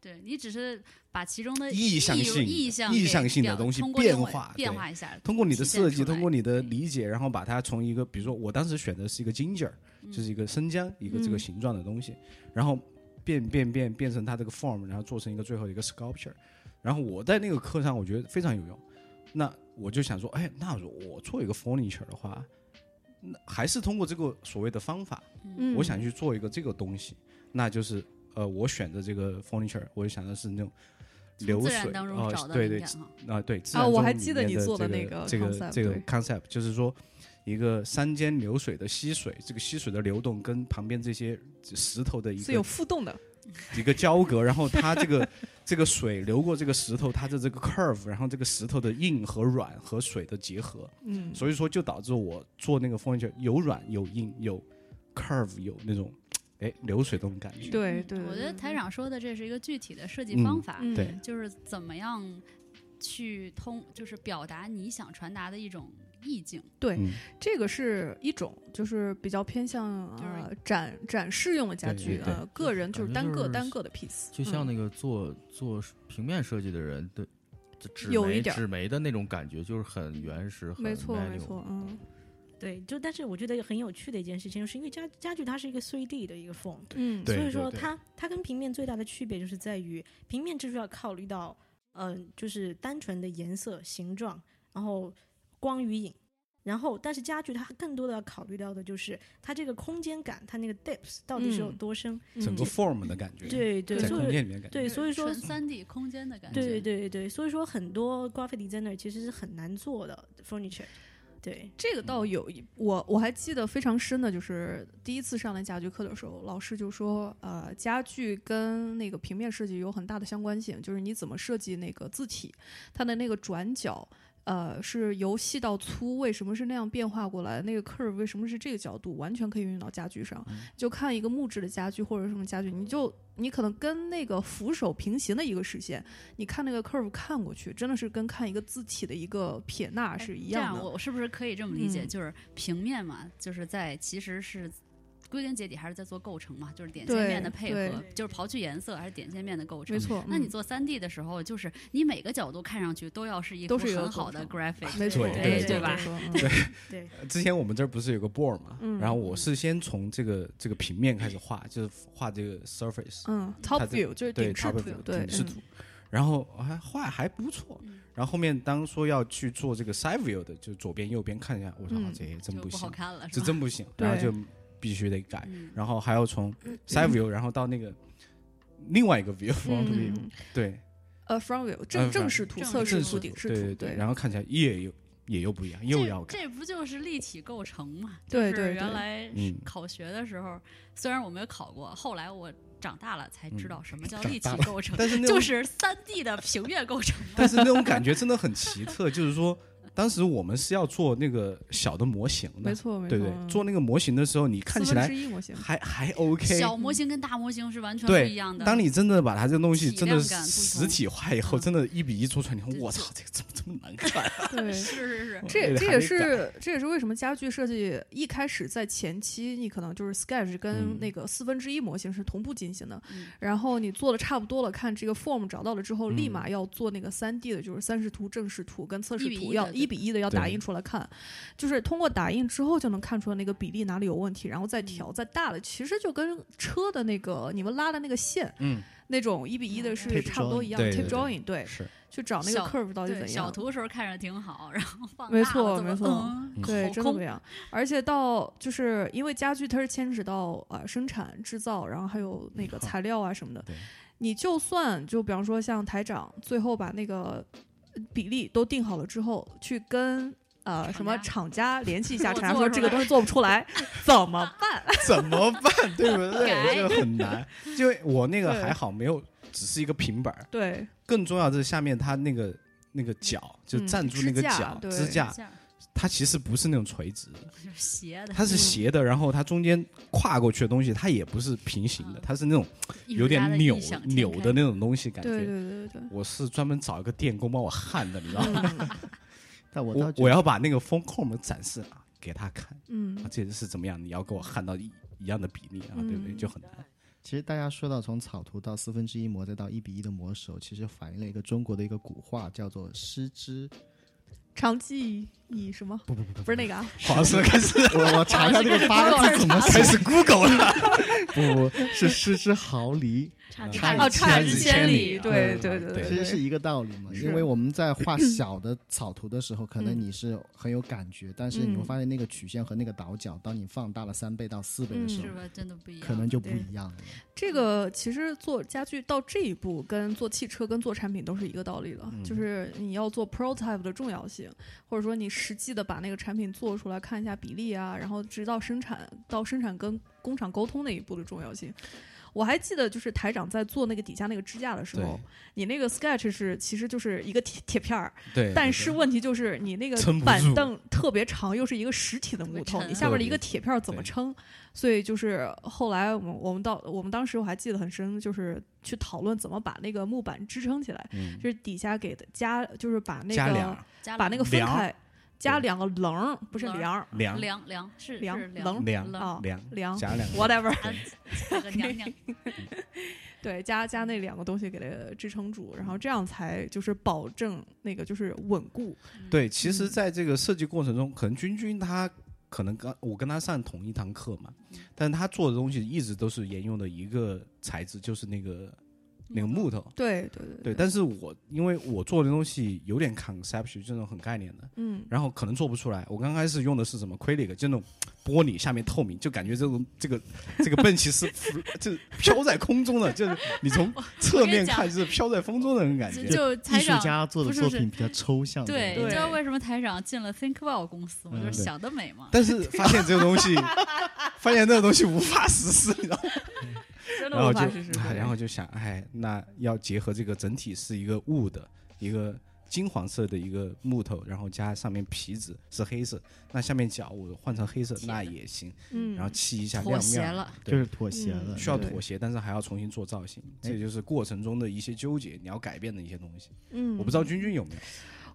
Speaker 6: 对你只是把其中的
Speaker 1: 意向性
Speaker 6: 意向
Speaker 1: 意
Speaker 6: 给
Speaker 1: 向性的
Speaker 6: 表
Speaker 1: 东西
Speaker 6: 通过
Speaker 1: 变
Speaker 6: 另外
Speaker 1: 化
Speaker 6: 变
Speaker 1: 对
Speaker 6: 化一下，
Speaker 1: 通过你的
Speaker 6: 体现
Speaker 1: 设计，
Speaker 6: 出来
Speaker 1: 通过你的
Speaker 6: 对
Speaker 1: 理解，然后把它从一个，比如说我当时选的是一个金劲儿，
Speaker 6: 嗯
Speaker 1: 就是一个生姜，一个这个
Speaker 3: 嗯
Speaker 1: 形状的东西，然后变变变变成它这个 form，然后做成一个最后一个 sculpture。然后我在那个课上，我觉得非常有用。那我就想说，哎，那如果我做一个 furniture 的话，那还是通过这个所谓的方法，
Speaker 3: 嗯，
Speaker 1: 我想去做一个这个东西，那就是呃，我选择这个 furniture，我就想的是那种流
Speaker 6: 自
Speaker 1: 水
Speaker 6: 然当中
Speaker 1: 啊、
Speaker 6: 找到
Speaker 1: 对对
Speaker 6: 灵感哈，
Speaker 1: 啊，对自
Speaker 3: 啊
Speaker 1: 然
Speaker 3: 我
Speaker 1: 中
Speaker 3: 还
Speaker 1: 里
Speaker 3: 记得
Speaker 1: 面
Speaker 3: 你做的
Speaker 1: 的
Speaker 3: 那
Speaker 1: 个
Speaker 3: 个
Speaker 1: 这
Speaker 3: concept，
Speaker 1: 这个
Speaker 3: 对
Speaker 1: concept，就是说一个山间流水的溪水，这个溪水的流动跟旁边这些石头的一
Speaker 3: 是有
Speaker 1: 个
Speaker 3: 互动的，
Speaker 1: 一个交隔，然后它这个这个水流过这个石头，它的这个 curve，然后这个石头的硬和软和水的结合，
Speaker 3: 嗯，
Speaker 1: 所以说就导致我做那个 furniture 有软有硬有 curve 有那种哎流水的那种感觉。
Speaker 3: 对
Speaker 6: 嗯
Speaker 3: 对，
Speaker 6: 我觉得台
Speaker 3: 长
Speaker 6: 长说的这是一个具体的设计
Speaker 1: 嗯
Speaker 6: 方法，
Speaker 3: 嗯
Speaker 1: 对
Speaker 6: 就是怎么样去通，就是表达你想传达的一种意境。
Speaker 1: 嗯，
Speaker 3: 这个是一种，就是比较偏向呃展展示用的家
Speaker 1: 对
Speaker 3: 具，
Speaker 1: 对
Speaker 3: 呃，个人就是单
Speaker 5: 感觉
Speaker 3: 个
Speaker 5: 就是
Speaker 3: 单个的 piece，
Speaker 5: 就像
Speaker 3: 嗯
Speaker 5: 那个做做平面设计的人对。这纸
Speaker 3: 有一
Speaker 5: 媒
Speaker 3: 点儿
Speaker 5: 纸媒的那种感觉，就是很原始，很
Speaker 3: 没错
Speaker 5: manual
Speaker 3: 没错，嗯
Speaker 2: 对，就但是我觉得很有趣的一件事情，是因为家家具它是一个 3D 的一个 form，
Speaker 3: 嗯，
Speaker 1: 对
Speaker 2: 所以说
Speaker 1: 对
Speaker 2: 它它跟平面最大的区别就是在于平面就是要考虑到，嗯、就是单纯的颜色、形状，然后光与影，然后但是家具它更多的要考虑到的就是它这个空间感，它那个 depth 到底是有
Speaker 3: 嗯
Speaker 2: 多深，
Speaker 1: 整个
Speaker 3: 嗯
Speaker 1: form 的感觉，
Speaker 2: 对对，
Speaker 1: 在
Speaker 2: 所
Speaker 1: 空
Speaker 2: 以
Speaker 1: 间里面感觉。
Speaker 2: 对，
Speaker 6: 对，
Speaker 2: 所以说
Speaker 6: 纯三 D 空间的感觉。
Speaker 2: 对对对，所以说很多 graphic designer 其实是很难做的 furniture，对，
Speaker 3: 这个
Speaker 6: 嗯
Speaker 3: 倒有一，我我还记得非常深的，就是第一次上那家具课的时候，老师就说，呃，家具跟那个平面设计有很大的相关性，就是你怎么设计那个字体，它的那个转角，呃，是由细到粗，为什么是那样变化过来？那个 curve 为什么是这个角度？完全可以运用到家具
Speaker 6: 嗯
Speaker 3: 上。就看一个木质的家具或者什么家具，你就你可能跟那个扶手平行的一个视线，你看那个 curve 看过去，真的是跟看一个字体的一个撇捺是一样
Speaker 6: 哎这样
Speaker 3: 的。
Speaker 6: 我是不是可以这么理解？
Speaker 3: 嗯
Speaker 6: 就是平面嘛，就是在其实是归根结底还是在做构成嘛，就是点线
Speaker 3: 对
Speaker 6: 面的配合
Speaker 2: 对，
Speaker 6: 就是刨去颜色还是点线面的构成
Speaker 3: 没。错，
Speaker 6: 那你
Speaker 3: 嗯
Speaker 6: 做三 D 的时候，就是你每个角度看上去都要是一
Speaker 3: 都
Speaker 6: 幅
Speaker 3: 是一个
Speaker 6: 很好
Speaker 3: 构
Speaker 6: 的
Speaker 3: 成
Speaker 6: graphic，
Speaker 3: 没错，
Speaker 1: 对
Speaker 6: 对
Speaker 3: 对
Speaker 6: 对吧？
Speaker 3: 对，
Speaker 2: 对，
Speaker 1: 之前我们这儿不是有个 board 嘛，
Speaker 3: 嗯
Speaker 1: 然后我是先从这个这个平面开始画，就是画这个 surface，、
Speaker 3: 嗯，top
Speaker 1: 它这
Speaker 3: view 就是
Speaker 1: 对
Speaker 3: 顶视
Speaker 1: top
Speaker 3: 图
Speaker 1: view，，
Speaker 3: 对，
Speaker 1: 顶视
Speaker 3: 嗯
Speaker 1: 图，然后还画还不错，然后后面当说要去做这个 side view 的，就左边右边看一下，我说、
Speaker 3: 嗯
Speaker 1: 啊这也真
Speaker 6: 就
Speaker 1: 不
Speaker 6: 不
Speaker 1: 行
Speaker 6: 好，看了，是
Speaker 1: 这
Speaker 6: 吧？
Speaker 1: 真不行，
Speaker 3: 对
Speaker 1: 然后就必须得改，
Speaker 6: 嗯
Speaker 1: 然后还要从 side
Speaker 3: 嗯
Speaker 1: view，然后到那个另外一个 view front view，、
Speaker 3: 嗯，
Speaker 1: 对，
Speaker 3: 呃，front view
Speaker 1: 呃
Speaker 3: 正
Speaker 1: ，front
Speaker 3: 正视图、
Speaker 6: 正
Speaker 3: 侧
Speaker 1: 正
Speaker 3: 视
Speaker 6: 视图
Speaker 3: 图、
Speaker 1: 是
Speaker 3: 顶视
Speaker 1: 对对
Speaker 3: 图，
Speaker 1: 对，然后看起来也又也又不一样，又要
Speaker 6: 这
Speaker 1: 改，
Speaker 6: 这不就是立体构成嘛？
Speaker 3: 对
Speaker 6: 就
Speaker 3: 对对
Speaker 6: 是原来
Speaker 1: 嗯
Speaker 6: 考学的时候，虽然我没有考过，后来我长大了才知道什么叫
Speaker 1: 嗯长
Speaker 6: 立体
Speaker 1: 大
Speaker 6: 构成，
Speaker 1: 但是那种
Speaker 6: 就是三 D 的平面 构成嘛。
Speaker 1: 但是那种感觉真的很奇特， 就是说，当时我们是要做那个小的模型的
Speaker 3: 没，错没错，
Speaker 1: 对不对？
Speaker 3: 嗯
Speaker 1: 做那个模型的时候，你看起
Speaker 3: 四分
Speaker 1: 来
Speaker 3: 之一 模型，
Speaker 1: 还还 OK。
Speaker 6: 小模型跟大模型是完全不
Speaker 1: 对
Speaker 6: 一样的。
Speaker 1: 当你真的把它这东西
Speaker 6: 体
Speaker 1: 真的
Speaker 6: 量感不同
Speaker 1: 实体化以后，
Speaker 6: 嗯
Speaker 1: 真的一比一做出来，你看
Speaker 6: 对
Speaker 1: 我
Speaker 6: 这
Speaker 1: 操，这个怎么这么难看啊？
Speaker 3: 对。
Speaker 6: 是是 是，
Speaker 3: 这
Speaker 1: 得
Speaker 3: 这
Speaker 1: 还
Speaker 3: 也
Speaker 1: 得改
Speaker 3: 是这也是为什么家具设计一开始在前期，你可能就是 Sketch 跟
Speaker 1: 嗯
Speaker 3: 那个四分之一模型是同步进行的，
Speaker 6: 嗯
Speaker 3: 然后你做的差不多了，看这个 form 找到了之后，立
Speaker 1: 嗯
Speaker 3: 马要做那个三 D 的，就是三视图、正视图跟侧视
Speaker 6: 一比一
Speaker 3: 图
Speaker 6: 的
Speaker 3: 要
Speaker 6: 对
Speaker 3: 一比一的要打
Speaker 1: 对
Speaker 3: 印出来看，就是通过打印之后就能看出来那个比例哪里有问题，然后再调、再大了，其实就跟车的那个你们拉的那个线
Speaker 1: 嗯，
Speaker 3: 那种一比一的是
Speaker 4: Tape
Speaker 3: 差不多
Speaker 4: drawing
Speaker 3: 一样
Speaker 1: 对
Speaker 3: ，tape
Speaker 1: 对对
Speaker 3: drawing 对，
Speaker 1: 是
Speaker 3: 去找那个
Speaker 6: 小
Speaker 3: curve 到底
Speaker 6: 对
Speaker 3: 怎
Speaker 6: 小
Speaker 3: 样。
Speaker 6: 图时候看着挺好，然后放大
Speaker 3: 没
Speaker 6: 了
Speaker 3: 错
Speaker 6: 怎么
Speaker 3: 没错
Speaker 6: 嗯
Speaker 1: 嗯
Speaker 3: 对，
Speaker 6: 好
Speaker 3: 真的
Speaker 6: 空
Speaker 3: 不一样。而且到就是因为家具它是牵扯到呃生产制造，然后还有那个
Speaker 1: 好
Speaker 3: 材料啊什么的
Speaker 1: 对。
Speaker 3: 你就算就比方说像台长最后把那个呃比例都定好了之后，去跟。呃，
Speaker 6: 厂
Speaker 3: 什么
Speaker 6: 家
Speaker 3: 厂家联系一下，
Speaker 6: 我
Speaker 3: 厂家
Speaker 6: 做
Speaker 3: 说
Speaker 6: 出
Speaker 3: 这个
Speaker 6: 来
Speaker 3: 东西做不出 来，怎么办？
Speaker 1: 怎么办？ 对不
Speaker 6: 改
Speaker 1: 对？这个很难。就我那个
Speaker 3: 对
Speaker 1: 还好，没有，只是一个平板儿。
Speaker 3: 对，
Speaker 1: 更重要的是下面它那个那个脚，就
Speaker 3: 嗯
Speaker 1: 站住那个
Speaker 3: 支架
Speaker 1: 脚
Speaker 3: 对
Speaker 1: 支架
Speaker 6: 一，下
Speaker 1: 它其实不是那种垂直的，
Speaker 6: 就是斜 的，
Speaker 1: 它是斜的，然后它中间跨过去的东西，它也不是平行的
Speaker 6: 嗯，
Speaker 1: 它是那种
Speaker 6: 艺术
Speaker 1: 有
Speaker 6: 家
Speaker 1: 点
Speaker 6: 的
Speaker 1: 扭
Speaker 6: 异想天
Speaker 1: 扭
Speaker 6: 开
Speaker 1: 的那种东西感
Speaker 3: 对对
Speaker 1: 觉。
Speaker 3: 对对对。
Speaker 1: 我是专门找一个电工帮我焊的，你知道吗？
Speaker 3: 嗯
Speaker 4: 但我倒
Speaker 1: 我
Speaker 4: 觉
Speaker 1: 我
Speaker 4: 得
Speaker 1: 要把那个风控们展示啊，给他看啊，
Speaker 3: 嗯，
Speaker 1: 这是怎么样？你要给我焊到一一样的比例啊，对不对？
Speaker 3: 嗯
Speaker 1: 就很难。
Speaker 4: 其实大家说到从草图到四分之一模再到一比一的模的时候，其实反映了一个中国的一个古话，叫做“失之
Speaker 3: 长期以什么？
Speaker 4: 不不不不
Speaker 3: 不是那个啊，
Speaker 1: 黄老师开始
Speaker 4: 我我查一下这个八个字怎么
Speaker 1: 开始 Google
Speaker 3: 啊
Speaker 1: 了，
Speaker 4: 不不不是失之毫厘，
Speaker 2: 差
Speaker 1: 呃
Speaker 4: 嗯差
Speaker 2: 点
Speaker 4: 一
Speaker 3: 哦，差
Speaker 4: 之
Speaker 3: 之
Speaker 4: 千
Speaker 3: 千
Speaker 4: 里
Speaker 3: 里，
Speaker 1: 嗯
Speaker 3: 对
Speaker 5: 对
Speaker 3: 对
Speaker 5: 对
Speaker 3: 对
Speaker 4: 其实
Speaker 3: 对，
Speaker 4: 是一个道理嘛。
Speaker 3: 是
Speaker 4: 因为我们在画小的草图的时候，可能
Speaker 3: 嗯
Speaker 4: 你是很有感觉，但是你会
Speaker 3: 嗯
Speaker 4: 发现那个曲线和那个倒角，当你放大了三倍到四倍的时
Speaker 6: 是
Speaker 4: 候，
Speaker 6: 吧？真的不一样，
Speaker 4: 可能就不
Speaker 2: 对
Speaker 4: 一样了。
Speaker 3: 这个其实做家具到这一步，跟做汽车、跟做产品都是一个道理了，
Speaker 5: 嗯
Speaker 3: 就是你要做 prototype 的重要性，或者说你实际的把那个产品做出来，看一下比例啊，然后直到生产到生产跟工厂沟通那一步的重要性。我还记得，就是台长在做那个底下那个支架的时候
Speaker 5: 对，
Speaker 3: 你那个 sketch 是其实就是一个铁铁片儿，
Speaker 5: 对，
Speaker 3: 但是问题就是你那个
Speaker 1: 撑不
Speaker 3: 板
Speaker 1: 住
Speaker 3: 凳特别长，又是一个实体的木
Speaker 6: 特别
Speaker 3: 头，
Speaker 6: 沉
Speaker 3: 你下边的一个
Speaker 5: 特别
Speaker 3: 铁片儿怎么
Speaker 5: 对
Speaker 3: 撑？所以就是后来我们我们到我们当时我还记得很深，就是去讨论怎么把那个木板支撑起来，
Speaker 5: 嗯
Speaker 3: 就是底下给的加，就是把那
Speaker 1: 加
Speaker 3: 个
Speaker 1: 俩
Speaker 6: 加
Speaker 3: 把那个分
Speaker 1: 梁儿
Speaker 3: 开，加两个棱儿，不是
Speaker 6: 棱儿
Speaker 3: 梁儿
Speaker 1: 凉
Speaker 6: 凉凉是
Speaker 3: 梁
Speaker 6: 是
Speaker 3: 棱
Speaker 1: 梁
Speaker 6: 梁
Speaker 3: 啊，
Speaker 1: 凉
Speaker 3: 梁
Speaker 1: 加两个
Speaker 3: whatever，
Speaker 6: 啊，这个娘娘
Speaker 3: 对，加加那两个东西给它支撑住，然后这样才就是保证那个就是稳固，
Speaker 6: 嗯
Speaker 1: 对，其实在这个设计过程中，可能君君他可能刚我跟他上同一堂课嘛，
Speaker 6: 嗯
Speaker 1: 但他做的东西一直都是沿用的一个材质，就是那个那个木头。
Speaker 3: 对对对
Speaker 6: 嗯
Speaker 1: 对，但是我因为我做的东西有点 conception 这种很概念的，
Speaker 3: 嗯，
Speaker 1: 然后可能做不出来。我刚开始用的是什么 acrylic，就那种玻璃下面透明，就感觉这种这个这个笨棋是 浮就是飘在空中的，就是你从侧
Speaker 6: 跟你
Speaker 1: 面
Speaker 6: 讲
Speaker 1: 看就是飘在风中的那种感觉。
Speaker 6: 就
Speaker 4: 艺
Speaker 6: 台
Speaker 4: 术
Speaker 6: 长
Speaker 4: 家做的
Speaker 6: 不是
Speaker 4: 作
Speaker 6: 是
Speaker 4: 品比较抽象，
Speaker 6: 对，
Speaker 4: 不
Speaker 6: 你
Speaker 3: 对
Speaker 6: 知道为什么台长进了 ThinkWell 公司吗？
Speaker 4: 嗯
Speaker 6: 就是
Speaker 4: 对
Speaker 6: 想得美嘛，
Speaker 1: 但是发现这个东 西，发现这个东西无法实施，你知道吗？然
Speaker 3: 真的
Speaker 1: 后
Speaker 3: 无
Speaker 1: 就
Speaker 3: 法实施。
Speaker 1: 哎
Speaker 3: 对
Speaker 1: 然后就想，哎，那要结合这个整体是一个雾的一个金黄色的一个木头，然后加上面皮子是黑色，那下面角我换成黑色
Speaker 6: 铁的
Speaker 1: 那也行，
Speaker 3: 嗯，
Speaker 1: 然后漆一下
Speaker 6: 妥
Speaker 1: 亮
Speaker 6: 协
Speaker 1: 面，
Speaker 6: 了，
Speaker 4: 就是妥协了
Speaker 3: 嗯。
Speaker 1: 需要
Speaker 3: 对哎
Speaker 1: 妥协，但是还要重新做造型，这就是过程中的一些纠结，你要改变的一些东西。
Speaker 3: 嗯，
Speaker 1: 我不知道君君有没有，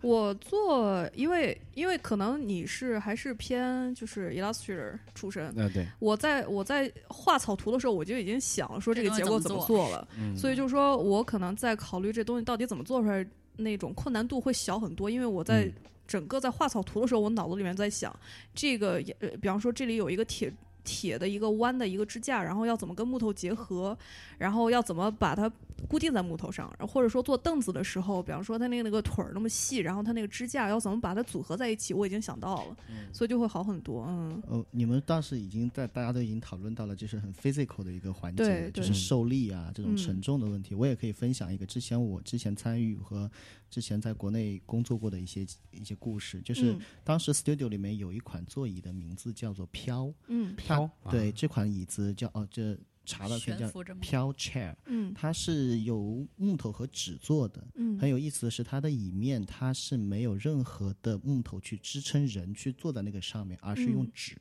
Speaker 3: 我做，因为因为可能你是还是偏就是 Illustrator 出身，
Speaker 1: 呃，对，
Speaker 3: 我在我在画草图的时候，我就已经想了说这个
Speaker 6: 这东西
Speaker 3: 结果
Speaker 6: 怎
Speaker 3: 怎
Speaker 6: 么
Speaker 3: 么做了，
Speaker 1: 嗯，
Speaker 3: 所以就是说我可能在考虑这东西到底怎么做出来，那种困难度会小很多，因为我在。
Speaker 1: 嗯
Speaker 3: 整个在画草图的时候，我脑子里面在想，这个也呃，比方说这里有一个铁铁的一个弯的一个支架，然后要怎么跟木头结合，然后要怎么把它固定在木头上，然后或者说做凳子的时候，比方说它那个那个腿儿那么细，然后它那个支架要怎么把它组合在一起，我已经想到了，所以就会好很多。嗯，
Speaker 4: 哦，你们当时已经在大家都已经讨论到了，就是很 physical 的一个环节
Speaker 3: 对
Speaker 4: 了，就
Speaker 3: 对
Speaker 4: 是受力啊这种
Speaker 3: 嗯
Speaker 4: 沉重的问题。我也可以分享一个之前我之前参与和之前在国内工作过的一些一些故事，就是
Speaker 3: 嗯
Speaker 4: 当时 studio 里面有一款座椅的名字叫做飘，
Speaker 3: 嗯
Speaker 4: 飘
Speaker 5: 啊
Speaker 4: 对这款椅子叫哦这查到可以
Speaker 6: 悬
Speaker 4: 叫
Speaker 6: 浮着嘛，
Speaker 4: 飘 chair，
Speaker 3: 嗯
Speaker 4: 它是由木头和纸做的，
Speaker 3: 嗯，
Speaker 4: 很有意思的是，它的椅面它是没有任何的木头去支撑人去坐在那个上面，而是用
Speaker 3: 嗯
Speaker 4: 纸。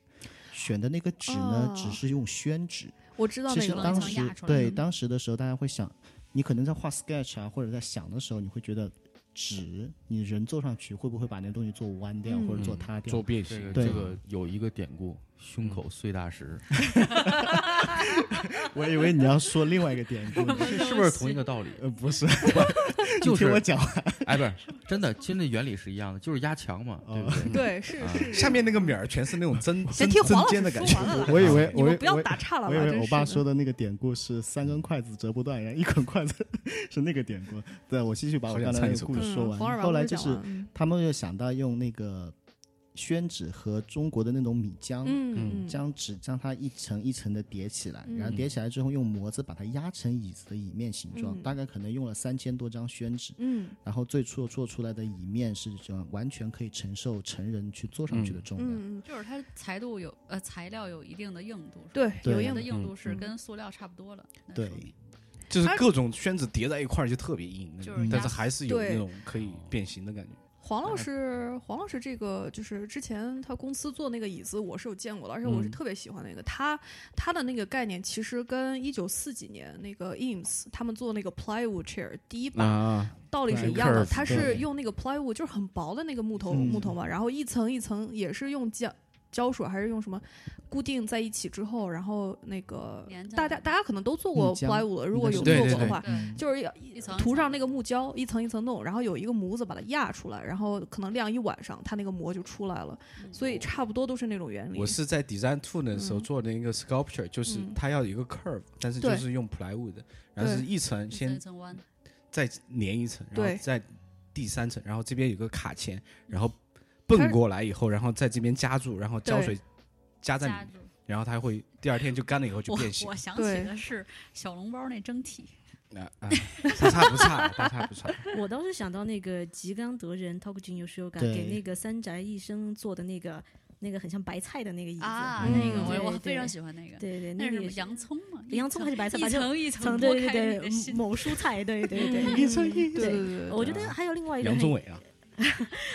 Speaker 4: 选的那个纸
Speaker 3: 哦
Speaker 4: 呢，只是用宣纸。
Speaker 3: 我知道
Speaker 4: 其
Speaker 3: 那
Speaker 4: 实
Speaker 3: 个了
Speaker 4: 当
Speaker 6: 墙
Speaker 4: 时
Speaker 6: 压出来
Speaker 4: 对
Speaker 6: 嗯
Speaker 4: 当时的时候，大家会想，你可能在画 sketch 啊，或者在想的时候，你会觉得纸，你人坐上去会不会把那东西做弯掉，或者做
Speaker 5: 嗯
Speaker 4: 塌掉？
Speaker 1: 做变
Speaker 5: 这
Speaker 1: 形
Speaker 5: 个，
Speaker 4: 对
Speaker 5: 这个有一个典故，胸口碎大 石，
Speaker 4: 我以为你要说另外一个 典故呢，
Speaker 5: 是不是同一个道理？
Speaker 4: 呃，不是，
Speaker 5: 就
Speaker 4: 你听
Speaker 5: 是
Speaker 4: 我讲完，
Speaker 5: 哎，不是，真的，其实那原理是一样的，就是压强嘛，对不
Speaker 4: 嗯
Speaker 5: 对？
Speaker 3: 哦 对，是
Speaker 5: 啊
Speaker 3: 是。
Speaker 1: 下面那个米儿全是那种针
Speaker 3: 先
Speaker 1: 针
Speaker 3: 听
Speaker 1: 针
Speaker 3: 黄老
Speaker 1: 尖的
Speaker 3: 师
Speaker 1: 感
Speaker 3: 说
Speaker 1: 觉，
Speaker 3: 完了，
Speaker 4: 我以为
Speaker 3: 你
Speaker 4: 我以
Speaker 3: 们不要
Speaker 4: 我以
Speaker 3: 打岔了
Speaker 4: 我
Speaker 3: 吧？
Speaker 4: 以为
Speaker 3: 真
Speaker 4: 我
Speaker 3: 是
Speaker 4: 爸
Speaker 3: 的
Speaker 4: 说的那个典故是三根筷子折不断，然后一捆筷子 是那个典故。对，我继续把我
Speaker 1: 好想
Speaker 4: 刚
Speaker 1: 唱
Speaker 4: 才
Speaker 1: 一
Speaker 4: 那个
Speaker 1: 首
Speaker 4: 故
Speaker 1: 歌
Speaker 4: 事说
Speaker 3: 嗯黄
Speaker 4: 完。
Speaker 3: 二
Speaker 4: 后
Speaker 3: 娃
Speaker 4: 来
Speaker 3: 故事
Speaker 4: 就
Speaker 3: 讲
Speaker 4: 是
Speaker 3: 完嗯
Speaker 4: 他们又想到用那个宣纸和中国的那种米浆，
Speaker 3: 嗯嗯
Speaker 4: 将纸将它一层一层的叠起来，然后
Speaker 5: 嗯
Speaker 4: 叠起来之后用模子把它压成椅子的椅面形状，
Speaker 3: 嗯
Speaker 4: 大概可能用了三千多张宣纸。
Speaker 3: 嗯
Speaker 4: 然后最初做出来的椅面是这样完全可以承受成人去坐上去的重量。
Speaker 3: 嗯嗯，
Speaker 6: 就是它材度有呃材料有一定的硬度，是吧，
Speaker 3: 对，
Speaker 4: 对
Speaker 3: 有
Speaker 6: 它
Speaker 3: 硬
Speaker 6: 的
Speaker 3: 的，
Speaker 6: 硬度是
Speaker 3: 嗯
Speaker 6: 跟塑料差不多了，那
Speaker 4: 对
Speaker 6: 说明
Speaker 1: 就是各种宣纸叠在一块儿就特别硬，那种
Speaker 6: 就是
Speaker 1: 但
Speaker 6: 压
Speaker 1: 是还是有
Speaker 3: 对
Speaker 1: 那种可以变形的感觉。
Speaker 3: 黄
Speaker 4: 嗯
Speaker 3: 老师，黄老师这个就是之前他公司做那个椅子，我是有见过的，而且我是
Speaker 1: 嗯
Speaker 3: 特别喜欢那个。他他的那个概念其实跟一九四几年那个 Eames 他们做那个 plywood chair 第一版
Speaker 1: 啊，
Speaker 3: 道理是
Speaker 4: 对
Speaker 3: 一样的，
Speaker 1: curve，
Speaker 3: 它
Speaker 4: 对
Speaker 3: 是用那个 plywood 就是很薄的那个木头
Speaker 4: 嗯
Speaker 3: 木头嘛，然后一层一层也是用浆胶水，还是用什么固定在一起之后，然后那个
Speaker 6: 连着
Speaker 3: 大家大家可能都做过
Speaker 4: 木浆
Speaker 3: plywood，如果有做
Speaker 1: 对
Speaker 3: 过
Speaker 1: 对
Speaker 3: 的
Speaker 1: 对
Speaker 3: 话，
Speaker 6: 对，
Speaker 4: 嗯
Speaker 3: 就是要
Speaker 6: 一层
Speaker 3: 涂上那个木胶，一层一层弄，然后有一个模子把它压出来，然后可能晾一晚上，它那个膜就出来了。
Speaker 6: 嗯
Speaker 3: 所以差不多都是那种原理。
Speaker 1: 我是在 Design Two 的时候
Speaker 3: 嗯
Speaker 1: 做的一个 sculpture，、就是
Speaker 3: 嗯
Speaker 1: 它要有一个 curve，但是就
Speaker 3: 对
Speaker 1: 是用 plywood，的然后是一层
Speaker 6: 一层
Speaker 1: 先
Speaker 6: 一层弯，
Speaker 1: 再粘一层，然
Speaker 3: 对
Speaker 1: 后再第三层，然后这边有个卡钳，然后
Speaker 3: 它
Speaker 1: 蹦
Speaker 3: 是
Speaker 1: 过来以后，然后在这边夹住，然后胶水加在里
Speaker 6: 夹
Speaker 1: 面，
Speaker 6: 住。
Speaker 1: 然后它会第二天就干了以后就
Speaker 6: 我
Speaker 1: 变形
Speaker 6: 我。想起
Speaker 3: 对
Speaker 6: 的是小笼包那蒸屉，
Speaker 1: 啊啊，大差不差，大差不差。
Speaker 2: 我倒是想到那个吉冈德人 t o k j i n y o s h i o g a
Speaker 4: 对
Speaker 2: 给那个三宅一生做的那个那个很像白菜的那个椅子，
Speaker 6: 啊，
Speaker 1: 嗯
Speaker 6: 那个
Speaker 2: 对
Speaker 6: 我
Speaker 2: 对
Speaker 6: 我非常喜欢那个，
Speaker 2: 对对，
Speaker 6: 那
Speaker 2: 那个
Speaker 6: 是什么
Speaker 2: 也是
Speaker 6: 洋葱嘛，一
Speaker 2: 洋葱还是白菜，
Speaker 6: 一
Speaker 2: 反正
Speaker 6: 层一层
Speaker 2: 层
Speaker 6: 剥
Speaker 2: 对对嗯
Speaker 6: 开你
Speaker 2: 对
Speaker 6: 的心，
Speaker 2: 某蔬菜，对对 对，
Speaker 1: 一层一
Speaker 3: 对对对对
Speaker 2: 我觉得还有另外一个
Speaker 1: 杨宗
Speaker 2: 很
Speaker 1: 纬啊，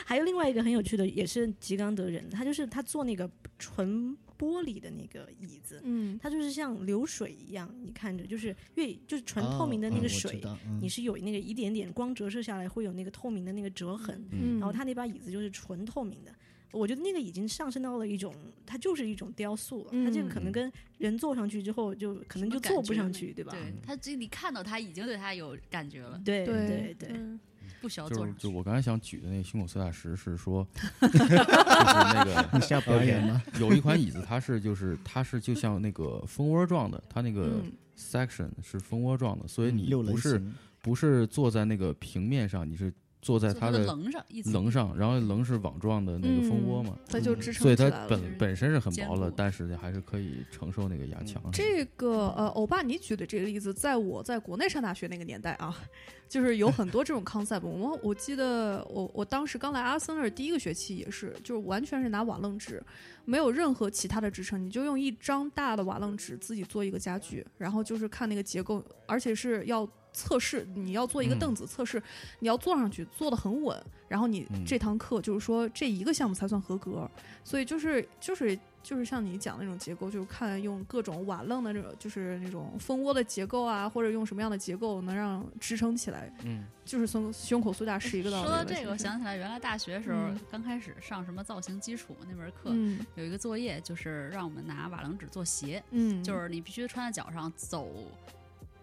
Speaker 2: 还有另外一个很有趣的，也是吉冈德人，他就是他做那个纯玻璃的那个椅子，
Speaker 3: 嗯，
Speaker 2: 它就是像流水一样，你看着就是越就是纯
Speaker 4: 哦
Speaker 2: 透明的那
Speaker 4: 嗯
Speaker 2: 个
Speaker 4: 我
Speaker 2: 水
Speaker 4: 知，道嗯
Speaker 2: 你是有那个一点点光折射下来会有那个透明的那个折痕，
Speaker 3: 嗯
Speaker 2: 然后他那把椅子就是纯透明的。我觉得那个已经上升到了一种，它就是一种雕塑了。它这个可能
Speaker 1: 嗯
Speaker 2: 跟人坐上去之后，就可能就坐不上去，对
Speaker 6: 对
Speaker 2: 吧？
Speaker 6: 对，他这你看到他已经对他有感觉了，
Speaker 2: 对
Speaker 3: 对
Speaker 2: 对对，
Speaker 3: 嗯
Speaker 6: 不需要
Speaker 5: 就
Speaker 6: 坐
Speaker 5: 是
Speaker 6: 上
Speaker 5: 就
Speaker 6: 去。
Speaker 5: 我刚才想举的那个胸口碎大石 是说，就是那个
Speaker 4: 你是 要表演吗？
Speaker 5: 有一款椅子，它是就是它是就像那个蜂窝状的，它那个
Speaker 3: 嗯
Speaker 5: section 是蜂窝状的， 所以你
Speaker 4: 六
Speaker 5: 不
Speaker 4: 人
Speaker 5: 是
Speaker 4: 行
Speaker 5: 不是坐在那个平面上，你是坐在
Speaker 6: 坐
Speaker 5: 它的
Speaker 6: 的棱上一层
Speaker 5: 棱上，然后棱是网状的那个蜂窝嘛，
Speaker 3: 嗯它就支撑
Speaker 5: 所以
Speaker 3: 起
Speaker 5: 它
Speaker 3: 来了。
Speaker 6: 就是
Speaker 5: 本本身是很
Speaker 6: 坚
Speaker 5: 薄了，
Speaker 6: 固
Speaker 5: 但是还是可以承受那个压强。
Speaker 3: 这个呃，欧巴，你举的这个例子，在我在国内上大学那个年代啊， 就是有很多这种 concept。我我记得我我当时刚来阿森纳第一个学期也是，就是完全是拿瓦楞纸，没有任何其他的支撑，你就用一张大的瓦楞纸自己做一个家具，然后就是看那个结构，而且是要测试，你要做一个
Speaker 5: 嗯
Speaker 3: 凳子测试，你要坐上去，坐得很稳，然后你
Speaker 5: 嗯
Speaker 3: 这堂课就是说这一个项目才算合格，所以就是就是就是像你讲的那种结构，就是看用各种瓦楞的那种，就是那种蜂窝的结构啊，或者用什么样的结构能让支撑起来，
Speaker 5: 嗯，
Speaker 3: 就是胸胸口碎大石一个道理。
Speaker 6: 说到这
Speaker 3: 其
Speaker 6: 个，我
Speaker 3: 实
Speaker 6: 想起来，原来大学的时候
Speaker 3: 嗯
Speaker 6: 刚开始上什么造型基础那门课，
Speaker 3: 嗯
Speaker 6: 有一个作业就是让我们拿瓦楞纸做鞋，
Speaker 3: 嗯，
Speaker 6: 就是你必须穿在脚上走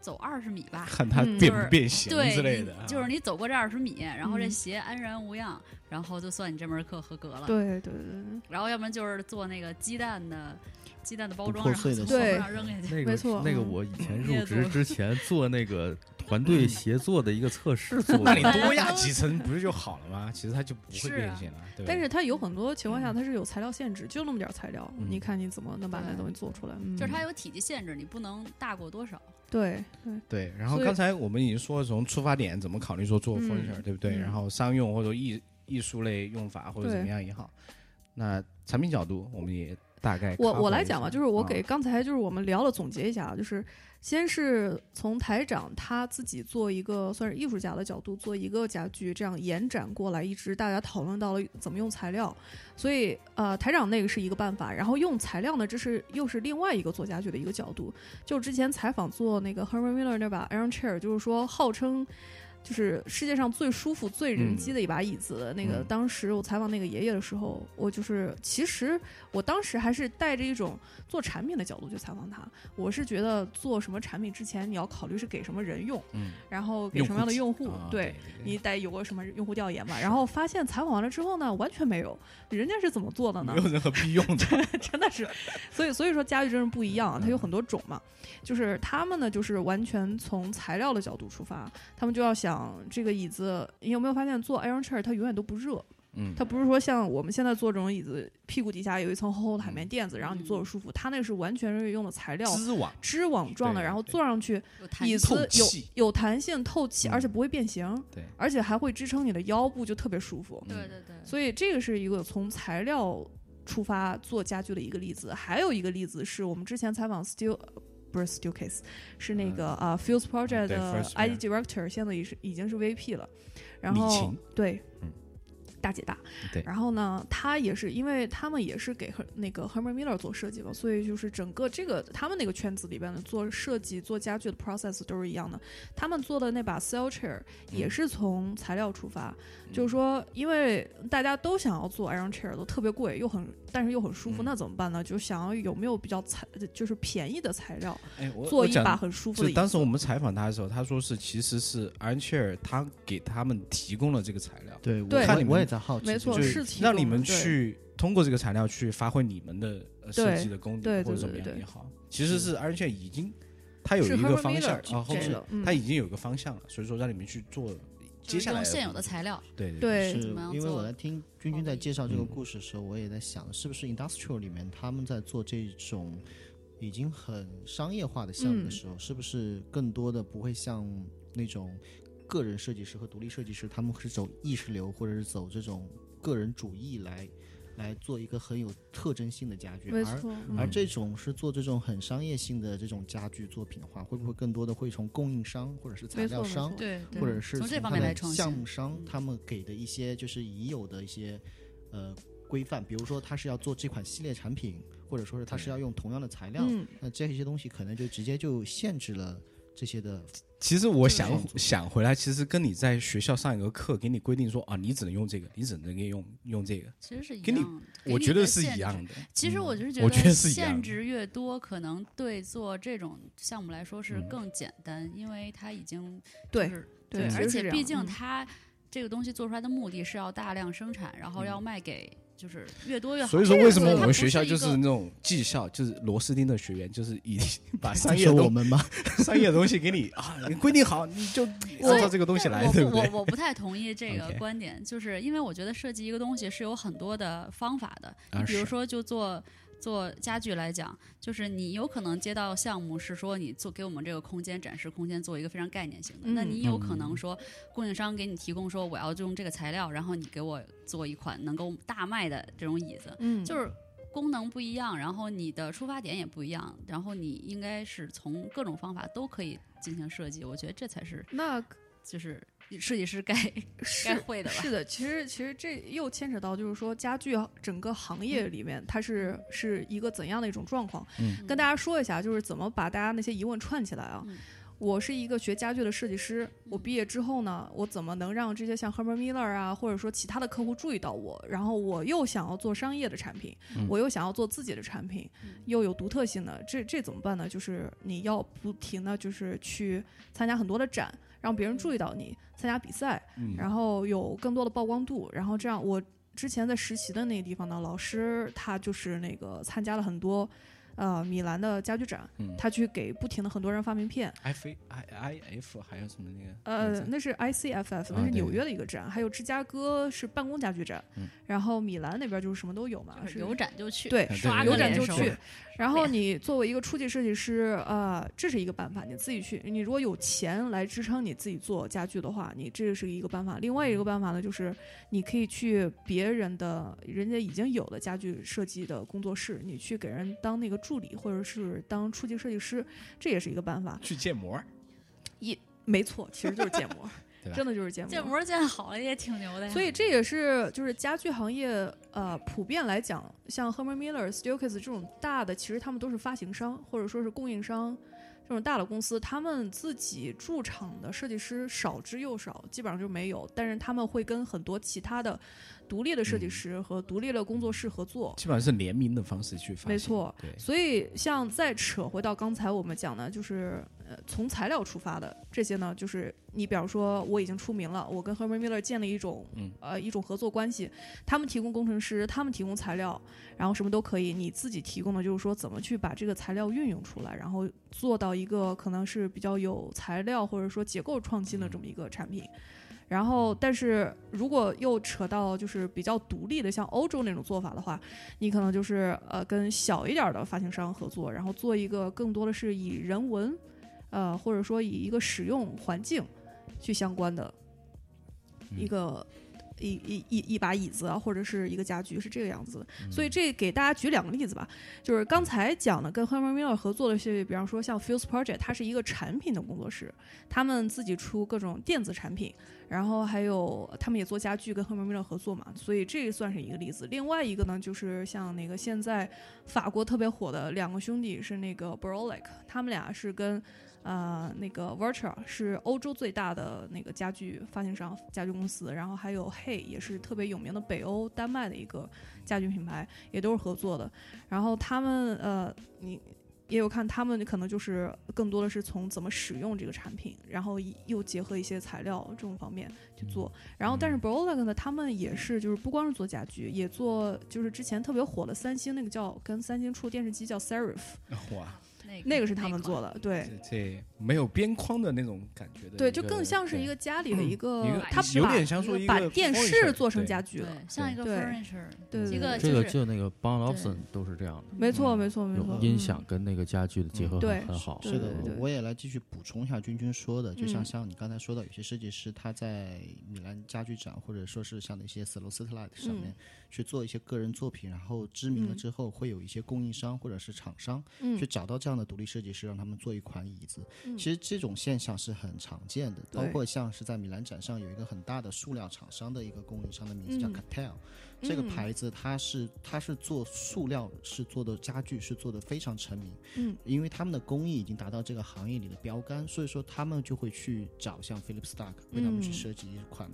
Speaker 6: 走二十米吧，
Speaker 1: 看它变
Speaker 3: 嗯
Speaker 6: 就是
Speaker 1: 不变形
Speaker 6: 对，
Speaker 1: 啊之类
Speaker 6: 你
Speaker 1: 的啊，
Speaker 6: 就是你走过这二十米，然后这
Speaker 3: 嗯
Speaker 6: 鞋安然无恙，然后就算你这门课合格了。
Speaker 3: 对对对
Speaker 6: 然后要不然就是做那个鸡蛋的鸡蛋的包装，
Speaker 4: 不破
Speaker 6: 然后
Speaker 4: 碎
Speaker 6: 从
Speaker 4: 的
Speaker 6: 头
Speaker 3: 对
Speaker 6: 上扔下去。
Speaker 5: 那
Speaker 3: 没错
Speaker 5: 那个
Speaker 3: 嗯
Speaker 5: 我以前
Speaker 6: 你也
Speaker 5: 入职
Speaker 6: 做
Speaker 5: 之前做那个团队协作的一个测试做过，
Speaker 1: 那你多压几层不是就好了吗？其实它就不会
Speaker 6: 是啊
Speaker 1: 变形了，对吧
Speaker 3: 对，但是它有很多情况下它是有材料限制，就那么点儿材料，
Speaker 5: 嗯
Speaker 3: 你看你怎么能把那
Speaker 6: 对
Speaker 3: 东西做出来？
Speaker 6: 就是
Speaker 3: 嗯
Speaker 6: 它有体积限制，你不能大过多少。
Speaker 3: 对对
Speaker 1: 对，然后
Speaker 3: 所以
Speaker 1: 刚才我们已经说了从出发点怎么考虑说做
Speaker 3: 嗯
Speaker 1: furniture，、对不对？
Speaker 3: 嗯
Speaker 1: 然后商用或者艺艺术类用法或者
Speaker 3: 对
Speaker 1: 怎么样也好，那产品角度我们也大概
Speaker 3: 我
Speaker 1: cover
Speaker 3: 我来
Speaker 1: 一下
Speaker 3: 讲吧，就是我
Speaker 1: 啊
Speaker 3: 给刚才就是我们聊了总结一下，啊，就是先是从台长他自己做一个算是艺术家的角度做一个家具，这样延展过来，一直大家讨论到了怎么用材料，所以呃台长那个是一个办法，然后用材料呢，这是又是另外一个做家具的一个角度。就之前采访做那个 Herman Miller 那把 Iron Chair，就是说号称。就是世界上最舒服、最人机的一把椅子。那个
Speaker 1: 嗯
Speaker 3: 当时我采访那个爷爷的时候，我就是其实我当时还是带着一种做产品的角度去采访他。我是觉得做什么产品之前，你要考虑是给什么人用，
Speaker 1: 嗯，
Speaker 3: 然后给什么样的用户，
Speaker 1: 啊
Speaker 3: 对。你得有个什么用户调研嘛，然后发现采访完了之后呢，完全没有，人家是怎么做的呢
Speaker 1: 没？有任何必用的，
Speaker 3: 真的是，所以所以说家具真是不一样啊，它有很多种嘛。就是他们呢，就是完全从材料的角度出发，他们就要想这个椅子，你有没有发现做 iron chair 它永远都不热，
Speaker 1: 嗯，
Speaker 3: 它不是说像我们现在坐这种椅子，屁股底下有一层厚厚的海绵垫子，然后你
Speaker 6: 嗯
Speaker 3: 坐着舒服，它那是完全是用的材 料。
Speaker 1: 织网
Speaker 3: 织网状的，
Speaker 1: 对
Speaker 3: 然后
Speaker 1: 对
Speaker 3: 坐上去，
Speaker 6: 有弹
Speaker 3: 椅
Speaker 6: 性
Speaker 3: 子
Speaker 1: 透
Speaker 3: 有
Speaker 1: 气
Speaker 3: 有弹性、透气，
Speaker 1: 嗯
Speaker 3: 而且不会变形，
Speaker 1: 对
Speaker 3: 而且还会支撑你的腰部，就特别舒服。
Speaker 1: 嗯
Speaker 6: 对对对，
Speaker 3: 所以这个是一个从材料出发做家具的一个例子，还有一个例子是我们之前采访 Steel。不是 Steelcase，是那个啊、f u s e
Speaker 1: 嗯
Speaker 3: Project
Speaker 1: 对
Speaker 3: 的
Speaker 1: ，Fuse
Speaker 3: ID Director，现在已是已经是 VP 了，然
Speaker 1: 李
Speaker 3: 后
Speaker 1: 晴
Speaker 3: 对，
Speaker 1: 嗯
Speaker 3: 大姐大。
Speaker 5: 对
Speaker 3: 然后呢，他也是因为他们也是给和那个 Herman Miller 做设计吧，所以就是整个这个他们那个圈子里边的做设计、做家具的 process 都是一样的。他们做的那把 cell chair 也是从材料出发，就是说，因为大家都想要做 iron chair，都特别贵，又很但是又很舒服，
Speaker 1: 嗯
Speaker 3: 那怎么办呢？就想要有没有比较材就是便宜的材料，
Speaker 1: 哎，我
Speaker 3: 做
Speaker 1: 我
Speaker 3: 一
Speaker 1: 讲
Speaker 3: 把很舒服的
Speaker 1: 是
Speaker 3: 椅
Speaker 1: 当
Speaker 3: 子
Speaker 1: 时我们采访他的时候，他说是其实是 Armchair 他给他们提供了这个材料，
Speaker 4: 对，
Speaker 3: 对
Speaker 4: 我
Speaker 1: 看你们
Speaker 4: 我也在好奇这
Speaker 3: 没
Speaker 4: 个
Speaker 3: 错
Speaker 4: 问
Speaker 1: 就
Speaker 4: 题，
Speaker 3: 是提
Speaker 1: 让你
Speaker 3: 供的
Speaker 1: 们
Speaker 3: 对
Speaker 1: 去通过这个材料去发挥你们的呃设
Speaker 3: 对
Speaker 1: 计的功底
Speaker 3: 对对
Speaker 1: 或者
Speaker 3: 对
Speaker 1: 怎么
Speaker 3: 对
Speaker 1: 样
Speaker 3: 对
Speaker 1: 也好，其实是 Armchair 已经它有
Speaker 3: 是
Speaker 1: 一个
Speaker 3: Herbert
Speaker 1: 方向
Speaker 3: Miller
Speaker 1: 啊，后
Speaker 3: 给
Speaker 1: 面
Speaker 3: 了，嗯
Speaker 1: 它，已经有一个方向了，所以说让你们去做接
Speaker 6: 就是
Speaker 1: 下来的
Speaker 6: 用现有
Speaker 1: 工
Speaker 6: 的
Speaker 1: 作
Speaker 6: 材料，
Speaker 1: 对对
Speaker 3: 对
Speaker 4: 是
Speaker 6: 怎么样
Speaker 4: 因为我
Speaker 6: 做
Speaker 4: 在听君君在
Speaker 6: 后
Speaker 4: 介绍这个
Speaker 1: 嗯
Speaker 4: 故事的时候，我也在想，是不是 industrial 里面他们在做这种已经很商业化的项目的
Speaker 3: 嗯
Speaker 4: 时候，是不是更多的不会像那种个人设计师和独立设计师，他们是走意识流或者是走这种个人主义来来做一个很有特征性的家具，
Speaker 3: 没
Speaker 4: 而
Speaker 3: 错，
Speaker 4: 而
Speaker 3: 嗯
Speaker 4: 这种是做这种很商业性的这种家具作品的话，会不会更多的会从供应商或者是材
Speaker 3: 没错
Speaker 4: 料
Speaker 3: 没
Speaker 4: 商
Speaker 3: 错
Speaker 6: 对，对
Speaker 4: 或者是
Speaker 6: 嗯从这
Speaker 4: 从
Speaker 6: 方
Speaker 4: 他
Speaker 6: 面
Speaker 4: 的
Speaker 6: 来创
Speaker 4: 项
Speaker 6: 新嗯
Speaker 4: 目商他们给的一些就是已有的一些呃规范，比如说他是要做这款系列产品，或者说是他是要用同样的材料，
Speaker 3: 嗯，
Speaker 4: 那这些东西可能就直接就限制了这些的。
Speaker 1: 其实我想
Speaker 4: 创作
Speaker 1: 想回来，其实跟你在学校上一个课给你规定说啊，你只能用这个，你只能用用这个，
Speaker 6: 其实是一
Speaker 1: 跟你
Speaker 6: 样的，给
Speaker 1: 我
Speaker 6: 你
Speaker 1: 觉得
Speaker 6: 的
Speaker 1: 是
Speaker 6: 限
Speaker 1: 一
Speaker 6: 制
Speaker 1: 样的。
Speaker 6: 其实
Speaker 1: 嗯
Speaker 6: 我就是
Speaker 1: 我觉得
Speaker 6: 得
Speaker 1: 是一样的
Speaker 6: 限制越多，可能对做这种项目来说是
Speaker 1: 嗯
Speaker 6: 更简单，因为它已经就
Speaker 3: 对
Speaker 6: 是
Speaker 3: 对，
Speaker 6: 而
Speaker 3: 其实是这
Speaker 6: 且
Speaker 3: 样
Speaker 6: 毕竟
Speaker 3: 嗯
Speaker 6: 它这个东西做出来的目的是要大量生产，然后要卖给就是越多越好。
Speaker 1: 嗯所以说，为什么
Speaker 6: 它
Speaker 1: 我
Speaker 6: 不
Speaker 1: 们学校
Speaker 6: 一
Speaker 1: 就是
Speaker 6: 个
Speaker 1: 那种技校，就是螺丝钉的学员，就是已经 把商业
Speaker 4: 说我
Speaker 1: 东
Speaker 4: 们吗？
Speaker 1: 商业东西给你啊，你规定好，你就
Speaker 6: 所
Speaker 1: 按
Speaker 6: 以
Speaker 1: 照这个东西
Speaker 6: 但
Speaker 1: 来，
Speaker 6: 我
Speaker 1: 对不
Speaker 6: 我
Speaker 1: 对？
Speaker 6: 我不太同意这个
Speaker 1: OK
Speaker 6: 观点，就是因为我觉得设计一个东西是有很多的方法的。
Speaker 1: 啊
Speaker 6: 你比如
Speaker 1: 是
Speaker 6: 说，就做做家具来讲，就是你有可能接到项目是说你做给我们这个空间展示空间做一个非常概念性的，那
Speaker 3: 嗯
Speaker 6: 你有可能说供应商给你提供说我要用这个材料，然后你给我做一款能够大卖的这种椅子，
Speaker 3: 嗯，
Speaker 6: 就是功能不一样，然后你的出发点也不一样，然后你应该是从各种方法都可以进行设计，我觉得这才是
Speaker 3: 那
Speaker 6: 就是设计 师该该
Speaker 3: 是
Speaker 6: 会的吧。
Speaker 3: 是的，其实其实这又牵扯到就是说家具整个行业
Speaker 6: 嗯
Speaker 3: 里面它是是一个怎样的一种状况。跟大
Speaker 6: 家
Speaker 3: 家说一下，就是怎么把大家那些疑问串起来啊。
Speaker 6: 嗯
Speaker 3: 我是一个学家具的设计师，我毕业之后呢，我怎么能让这些像 Herman Miller 啊，或者说其他的客户注意到我？然后我又想要做商业的产品，
Speaker 5: 嗯
Speaker 3: 我又想要做自己的产品，
Speaker 6: 嗯
Speaker 3: 又有独特性的，这这怎么办呢？就是你要不停的就是去参加很多的展，让别人注意
Speaker 6: 嗯
Speaker 3: 到你，参加比赛，
Speaker 1: 嗯
Speaker 3: 然后有更多的曝光度，然后这样我之前在实习的那个地方呢，老师他就是那个参加了很多，呃，米兰的家具展，
Speaker 1: 嗯
Speaker 3: 他去给不停的很多人发名片，
Speaker 1: ，F I I F 还有什么那个？
Speaker 3: 呃，那是 ICFF，那是
Speaker 1: 啊对
Speaker 3: 纽
Speaker 1: 对
Speaker 3: 约的一个展，还有芝加哥是办公家具展，
Speaker 1: 嗯
Speaker 3: 然后米兰那边就是什么都有嘛，是
Speaker 6: 有展就去，
Speaker 3: 对
Speaker 1: 啊
Speaker 6: 刷
Speaker 3: 有
Speaker 6: 个
Speaker 3: 展
Speaker 6: 脸
Speaker 3: 就
Speaker 6: 熟
Speaker 3: 去，然后
Speaker 6: 脸
Speaker 3: 你作为一个初级设计师，啊，这是一个办法，你自己去。你如果有钱来支撑你自己做家具的话，你这是一个办法。另
Speaker 1: 嗯
Speaker 3: 外一个办法呢，就是你可以去别人的人家已经有的家具设计的工作室，你去给人当那个助理，或者是当初级设计师，这也是一个办法。
Speaker 1: 去建模，
Speaker 3: 没错，其实就是建模
Speaker 1: 对，吧
Speaker 3: 真的就是建模。
Speaker 6: 建模建好了也挺牛的呀。
Speaker 3: 所以这也是就是家具行业呃普遍来讲，像 Herman Miller、Steelcase 这种大的，其实他们都是发行商或者说是供应商这种大的公司，他们自己驻场的设计师少之又少，基本上就没有。但是他们会跟很多其他的独立的设计师和独立的工作室合作，
Speaker 1: 基本上是联名的方式去发行。
Speaker 3: 没错
Speaker 1: 对，
Speaker 3: 所以，像再扯回到刚才我们讲的，就是呃，从材料出发的这些呢，就是你比方说我已经出名了，我跟 Herman Miller 建立一种、
Speaker 1: 嗯
Speaker 3: 呃一种合作关系，他们提供工程师，他们提供材料，然后什么都可以，你自己提供的就是说怎么去把这个材料运用出来，然后做到一个可能是比较有材料或者说结构创新的这么一个产品。然后，但是如果又扯到就是比较独立的，像欧洲那种做法的话，你可能就是呃跟小一点儿的发行商合作，然后做一个更多的是以人文，呃或者说以一个使用环境去相关的一个一一一一把椅子啊，或者是一个家具，是这个样子的。所以这给大家举两个例子吧，就是刚才讲的跟 Herman Miller 合作的是，比方说像 Fuse Project，它是一个产品的工作室，他们自己出各种电子产品，然后还有他们也做家具，跟 Herman Miller 合作嘛，所以这算是一个例子。另外一个呢，就是像那个现在法国特别火的两个兄弟是那个 Brolic，他们俩是跟呃，那个 Virtua 是欧洲最大的那个家具发行商、家具公司，然后还有 Hey 也是特别有名的北欧丹麦的一个家具品牌，也都是合作的。然后他们呃，你也有看他们可能就是更多的是从怎么使用这个产品，然后一又结合一些材料这种方面去做。然后但是 b r o l e g 呢，他们也是就是不光是做家具，也做就是之前特别火的三星那个叫跟三星出电视机叫 Serif，
Speaker 1: 哇，
Speaker 6: 那
Speaker 3: 那个是他们做
Speaker 6: 的，
Speaker 3: 的，对。
Speaker 1: 这这没有边框的那种感觉的，
Speaker 3: 对，就更像是一个家里的一个
Speaker 1: 一个，
Speaker 3: 他
Speaker 1: 有
Speaker 3: 把
Speaker 1: 点像说一
Speaker 3: 把
Speaker 1: 个
Speaker 3: 电
Speaker 1: furniture，
Speaker 3: 视做成
Speaker 1: 对
Speaker 3: 家具了。
Speaker 6: 对，像一个
Speaker 3: 对
Speaker 6: furniture，
Speaker 3: 对对
Speaker 6: 这个
Speaker 3: 对
Speaker 5: 这
Speaker 6: 就
Speaker 5: 个
Speaker 6: 是
Speaker 5: 就那个 b o n Lobson 都是这样的，
Speaker 3: 没错，没错，没错嗯
Speaker 5: 有。音响跟那个家具嗯的结合
Speaker 3: 对
Speaker 5: 很很好。
Speaker 3: 对
Speaker 4: 是
Speaker 3: 对对
Speaker 4: 的，我也来继续补充一下君君说的，就
Speaker 3: 嗯
Speaker 4: 像像你刚才说到，有些设计师他在米兰家具展或者说是像那些 s l o s t l i g h t 上面去做一些个人作品，然后知名了
Speaker 3: 嗯
Speaker 4: 之后，会有一些供应商或者是厂商
Speaker 3: 嗯
Speaker 4: 去找到这样的独立设计师，让他们做一款椅子。其实这种现象是很常见的，包
Speaker 3: 对
Speaker 4: 括像是在米兰展上有一个很大的塑料厂商的一个供应商的名字叫
Speaker 3: 嗯
Speaker 4: Catel，这个
Speaker 3: 嗯
Speaker 4: 牌子它是它是做塑料是做的家具是做的非常成名，
Speaker 3: 嗯，
Speaker 4: 因为他们的工艺已经达到这个行业里的标杆，所以说他们就会去找像 Philip Stark 为他们去
Speaker 3: 嗯
Speaker 4: 设计一款，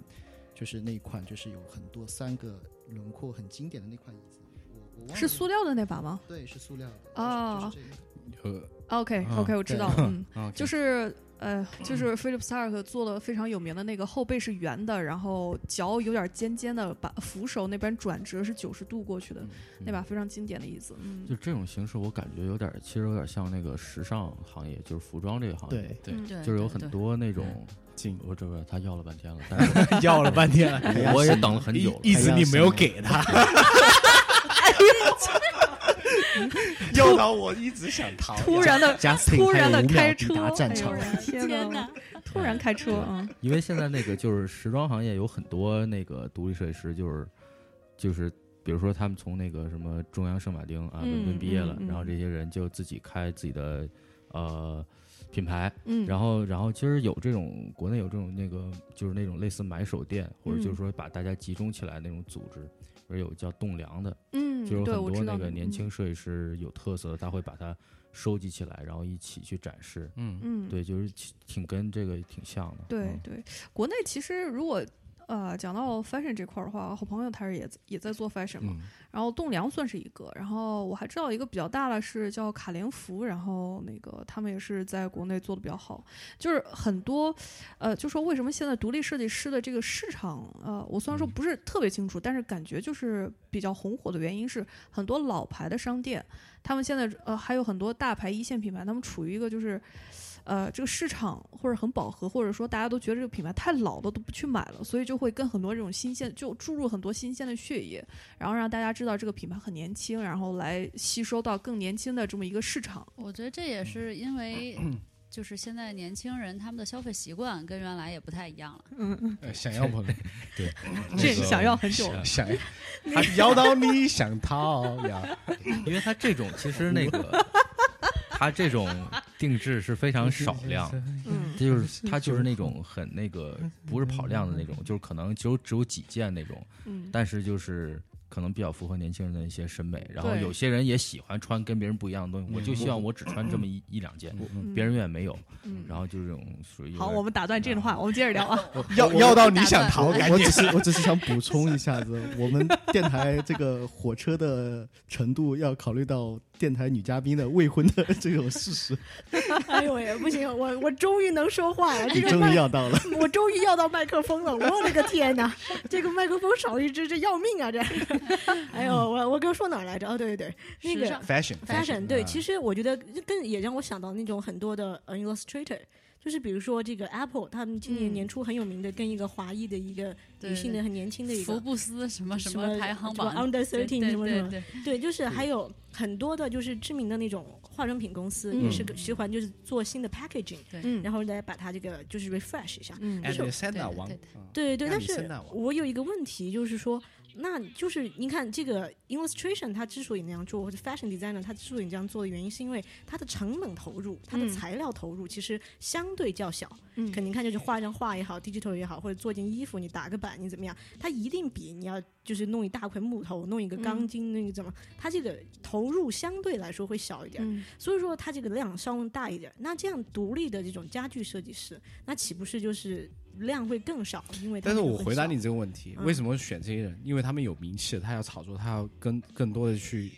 Speaker 4: 就是那一款就是有很多三个轮廓很经典的那款椅子，我我忘
Speaker 3: 是
Speaker 4: 了
Speaker 3: 塑料的那把吗
Speaker 4: 对是塑料的
Speaker 3: 哦
Speaker 4: 就是就是这个
Speaker 5: 呃，
Speaker 3: ？OK
Speaker 5: 啊
Speaker 3: OK，我知道了，嗯，
Speaker 5: 啊，
Speaker 3: 就是呃，就是 Philip Stark 做的非常有名的那个后背是圆的，然后脚有点尖尖的，把扶手那边转折是九十度过去的，那把非常经典的椅子。嗯，
Speaker 5: 嗯就这种形式，我感觉有点儿，其实有点像那个时尚行业，就是服装这个行业，
Speaker 4: 对。
Speaker 3: 嗯
Speaker 6: 对
Speaker 5: 就是有
Speaker 6: 对
Speaker 5: 很
Speaker 6: 对
Speaker 5: 多那种。
Speaker 1: 进
Speaker 5: 我这个他要了半天了，但是
Speaker 1: 要了半天了，哎
Speaker 4: 呀
Speaker 5: 我也
Speaker 4: 是
Speaker 5: 等了很久了。哎
Speaker 1: 意思你没有给他， 诱导我一直想逃。
Speaker 3: 突然的，
Speaker 4: Justin
Speaker 3: 突然的
Speaker 4: 还
Speaker 3: 开
Speaker 4: 有五秒抵
Speaker 3: 车，
Speaker 4: 达
Speaker 3: 哎
Speaker 4: 战
Speaker 3: 呦
Speaker 4: 场
Speaker 3: 我，的天哪！突然开车，嗯，
Speaker 5: 因为现在那个就是时装行业有很多那个独立设计师，就是就是比如说他们从那个什么中央圣马丁啊
Speaker 3: 嗯
Speaker 5: 伦敦毕业了，
Speaker 3: 嗯嗯
Speaker 5: 然后这些人就自己开自己的呃品牌，
Speaker 3: 嗯，
Speaker 5: 然后然后其实有这种国内有这种那个就是那种类似买手店，或
Speaker 3: 嗯
Speaker 5: 者就是说把大家集中起来那种组织，比如有叫栋梁的，
Speaker 3: 嗯，
Speaker 5: 就有
Speaker 3: 对，
Speaker 5: 很
Speaker 3: 我
Speaker 5: 多
Speaker 3: 知道
Speaker 5: 那个年
Speaker 3: 嗯
Speaker 5: 轻设计师有特色的，他会把它收集起来，然后一起去展示。
Speaker 1: 嗯，
Speaker 3: 嗯，
Speaker 5: 对，就是挺挺跟这个挺像的。
Speaker 3: 对
Speaker 5: 嗯
Speaker 3: 对，国内其实如果呃讲到 fashion 这块儿的话，好朋友他是也也在做 fashion 嘛，然后栋梁算是一个，然后我还知道一个比较大的是叫卡联福，然后那个他们也是在国内做的比较好，就是很多呃，就说为什么现在独立设计师的这个市场呃，我虽然说不是特别清楚，但是感觉就是比较红火的原因是很多老牌的商店，他们现在呃还有很多大牌一线品牌，他们处于一个就是。呃，这个市场或者很饱和，或者说大家都觉得这个品牌太老了，都不去买了，所以就会跟很多这种新鲜，就注入很多新鲜的血液，然后让大家知道这个品牌很年轻，然后来吸收到更年轻的这么一个市场。
Speaker 6: 我觉得这也是 因为。就是现在年轻人他们的消费习惯跟原来也不太一样了，
Speaker 3: 嗯，
Speaker 1: 呃想要不？
Speaker 3: 这想要很久了。
Speaker 1: 想要，还摇到你想逃呀？
Speaker 5: 因为它这种其实那 个，它这种定制是非常 少量，
Speaker 3: 嗯
Speaker 5: 这就是它就是那种很那个不是跑量的那种，就是可能只有只有几件那种，
Speaker 3: 嗯，
Speaker 5: 但是就是可能比较符合年轻人的一些审美。然后
Speaker 3: 对
Speaker 5: 有些人也喜欢穿跟别人不一样的嗯东西，我嗯就希望我只穿这么一一两件，别人永远没有。
Speaker 3: 嗯
Speaker 5: 然后就是这种属于有
Speaker 3: 好，
Speaker 5: 点
Speaker 3: 我们打断这段话，我们接着聊啊。
Speaker 1: 要要到你想
Speaker 4: 我
Speaker 1: 逃，赶
Speaker 4: 我
Speaker 1: 紧
Speaker 4: 只是我只是想补充一下子，我们电台这个火车的程度要考虑到电台女嘉宾的未婚的这种事实，
Speaker 2: 哎呦喂，不行，我我终于能说话 了，
Speaker 4: 你
Speaker 2: 这个
Speaker 4: 终
Speaker 2: 麦
Speaker 4: 于要到了。
Speaker 2: 我终于要到麦克风了，我的个天哪！这个麦克风少一只，这要命啊！这， 哎呦，我我刚说哪儿来着？哦，对对对，那
Speaker 6: 时
Speaker 2: 个
Speaker 6: 尚嗯
Speaker 1: fashion 嗯
Speaker 2: fashion 对，其实我觉得更也让我想到那种很多的呃 illustrator，就是比如说这个 Apple，他们今年
Speaker 3: 嗯
Speaker 2: 年初很有名的跟一个华裔的一个女性的很年轻的一
Speaker 6: 福
Speaker 2: 个
Speaker 6: 布斯什么
Speaker 2: 什
Speaker 6: 么排行
Speaker 2: 什么
Speaker 6: 榜，
Speaker 2: Under
Speaker 6: 对对
Speaker 2: Thirteen 什么什
Speaker 6: 对
Speaker 2: 么，
Speaker 6: 对，
Speaker 2: 对，就是还有很多的，就是知名的那种化妆品公司、
Speaker 6: 嗯
Speaker 2: 也是个喜欢就是做新的 packaging，
Speaker 3: 嗯，
Speaker 2: 然后来把它这个就是 refresh 一下。
Speaker 3: 嗯
Speaker 1: 艾
Speaker 2: 是
Speaker 1: 德塞纳
Speaker 6: 对对
Speaker 1: 王
Speaker 6: 对，
Speaker 1: 啊
Speaker 2: 对对，
Speaker 4: 嗯让
Speaker 2: 但
Speaker 4: 你
Speaker 2: 是
Speaker 4: 生蛋黄
Speaker 2: 我有一个问题，就是说，那就是您看这个 illustration 它之所以那样做，或者 fashion designer 它之所以这样做的原因，是因为它的成本投入、它的
Speaker 3: 嗯
Speaker 2: 材料投入其实相对较小。
Speaker 3: 嗯
Speaker 2: 肯定看就是画一张画也好，digital 也好，或者做件衣服，你打个版，你怎么样，它一定比你要就是弄一大块木头，弄一个钢
Speaker 3: 嗯
Speaker 2: 筋，弄一个怎么，它这个投入相对来说会小一点儿。
Speaker 3: 嗯
Speaker 2: 所以说它这个量稍微大一点。那这样独立的这种家具设计师，那岂不是就是量会更少？因为它
Speaker 1: 但是
Speaker 2: 这个
Speaker 1: 我
Speaker 2: 很
Speaker 1: 回答
Speaker 2: 少
Speaker 1: 你这个问题，
Speaker 2: 嗯
Speaker 1: 为什么选这些人？因为他们有名气，他要炒作，他要跟更多的去，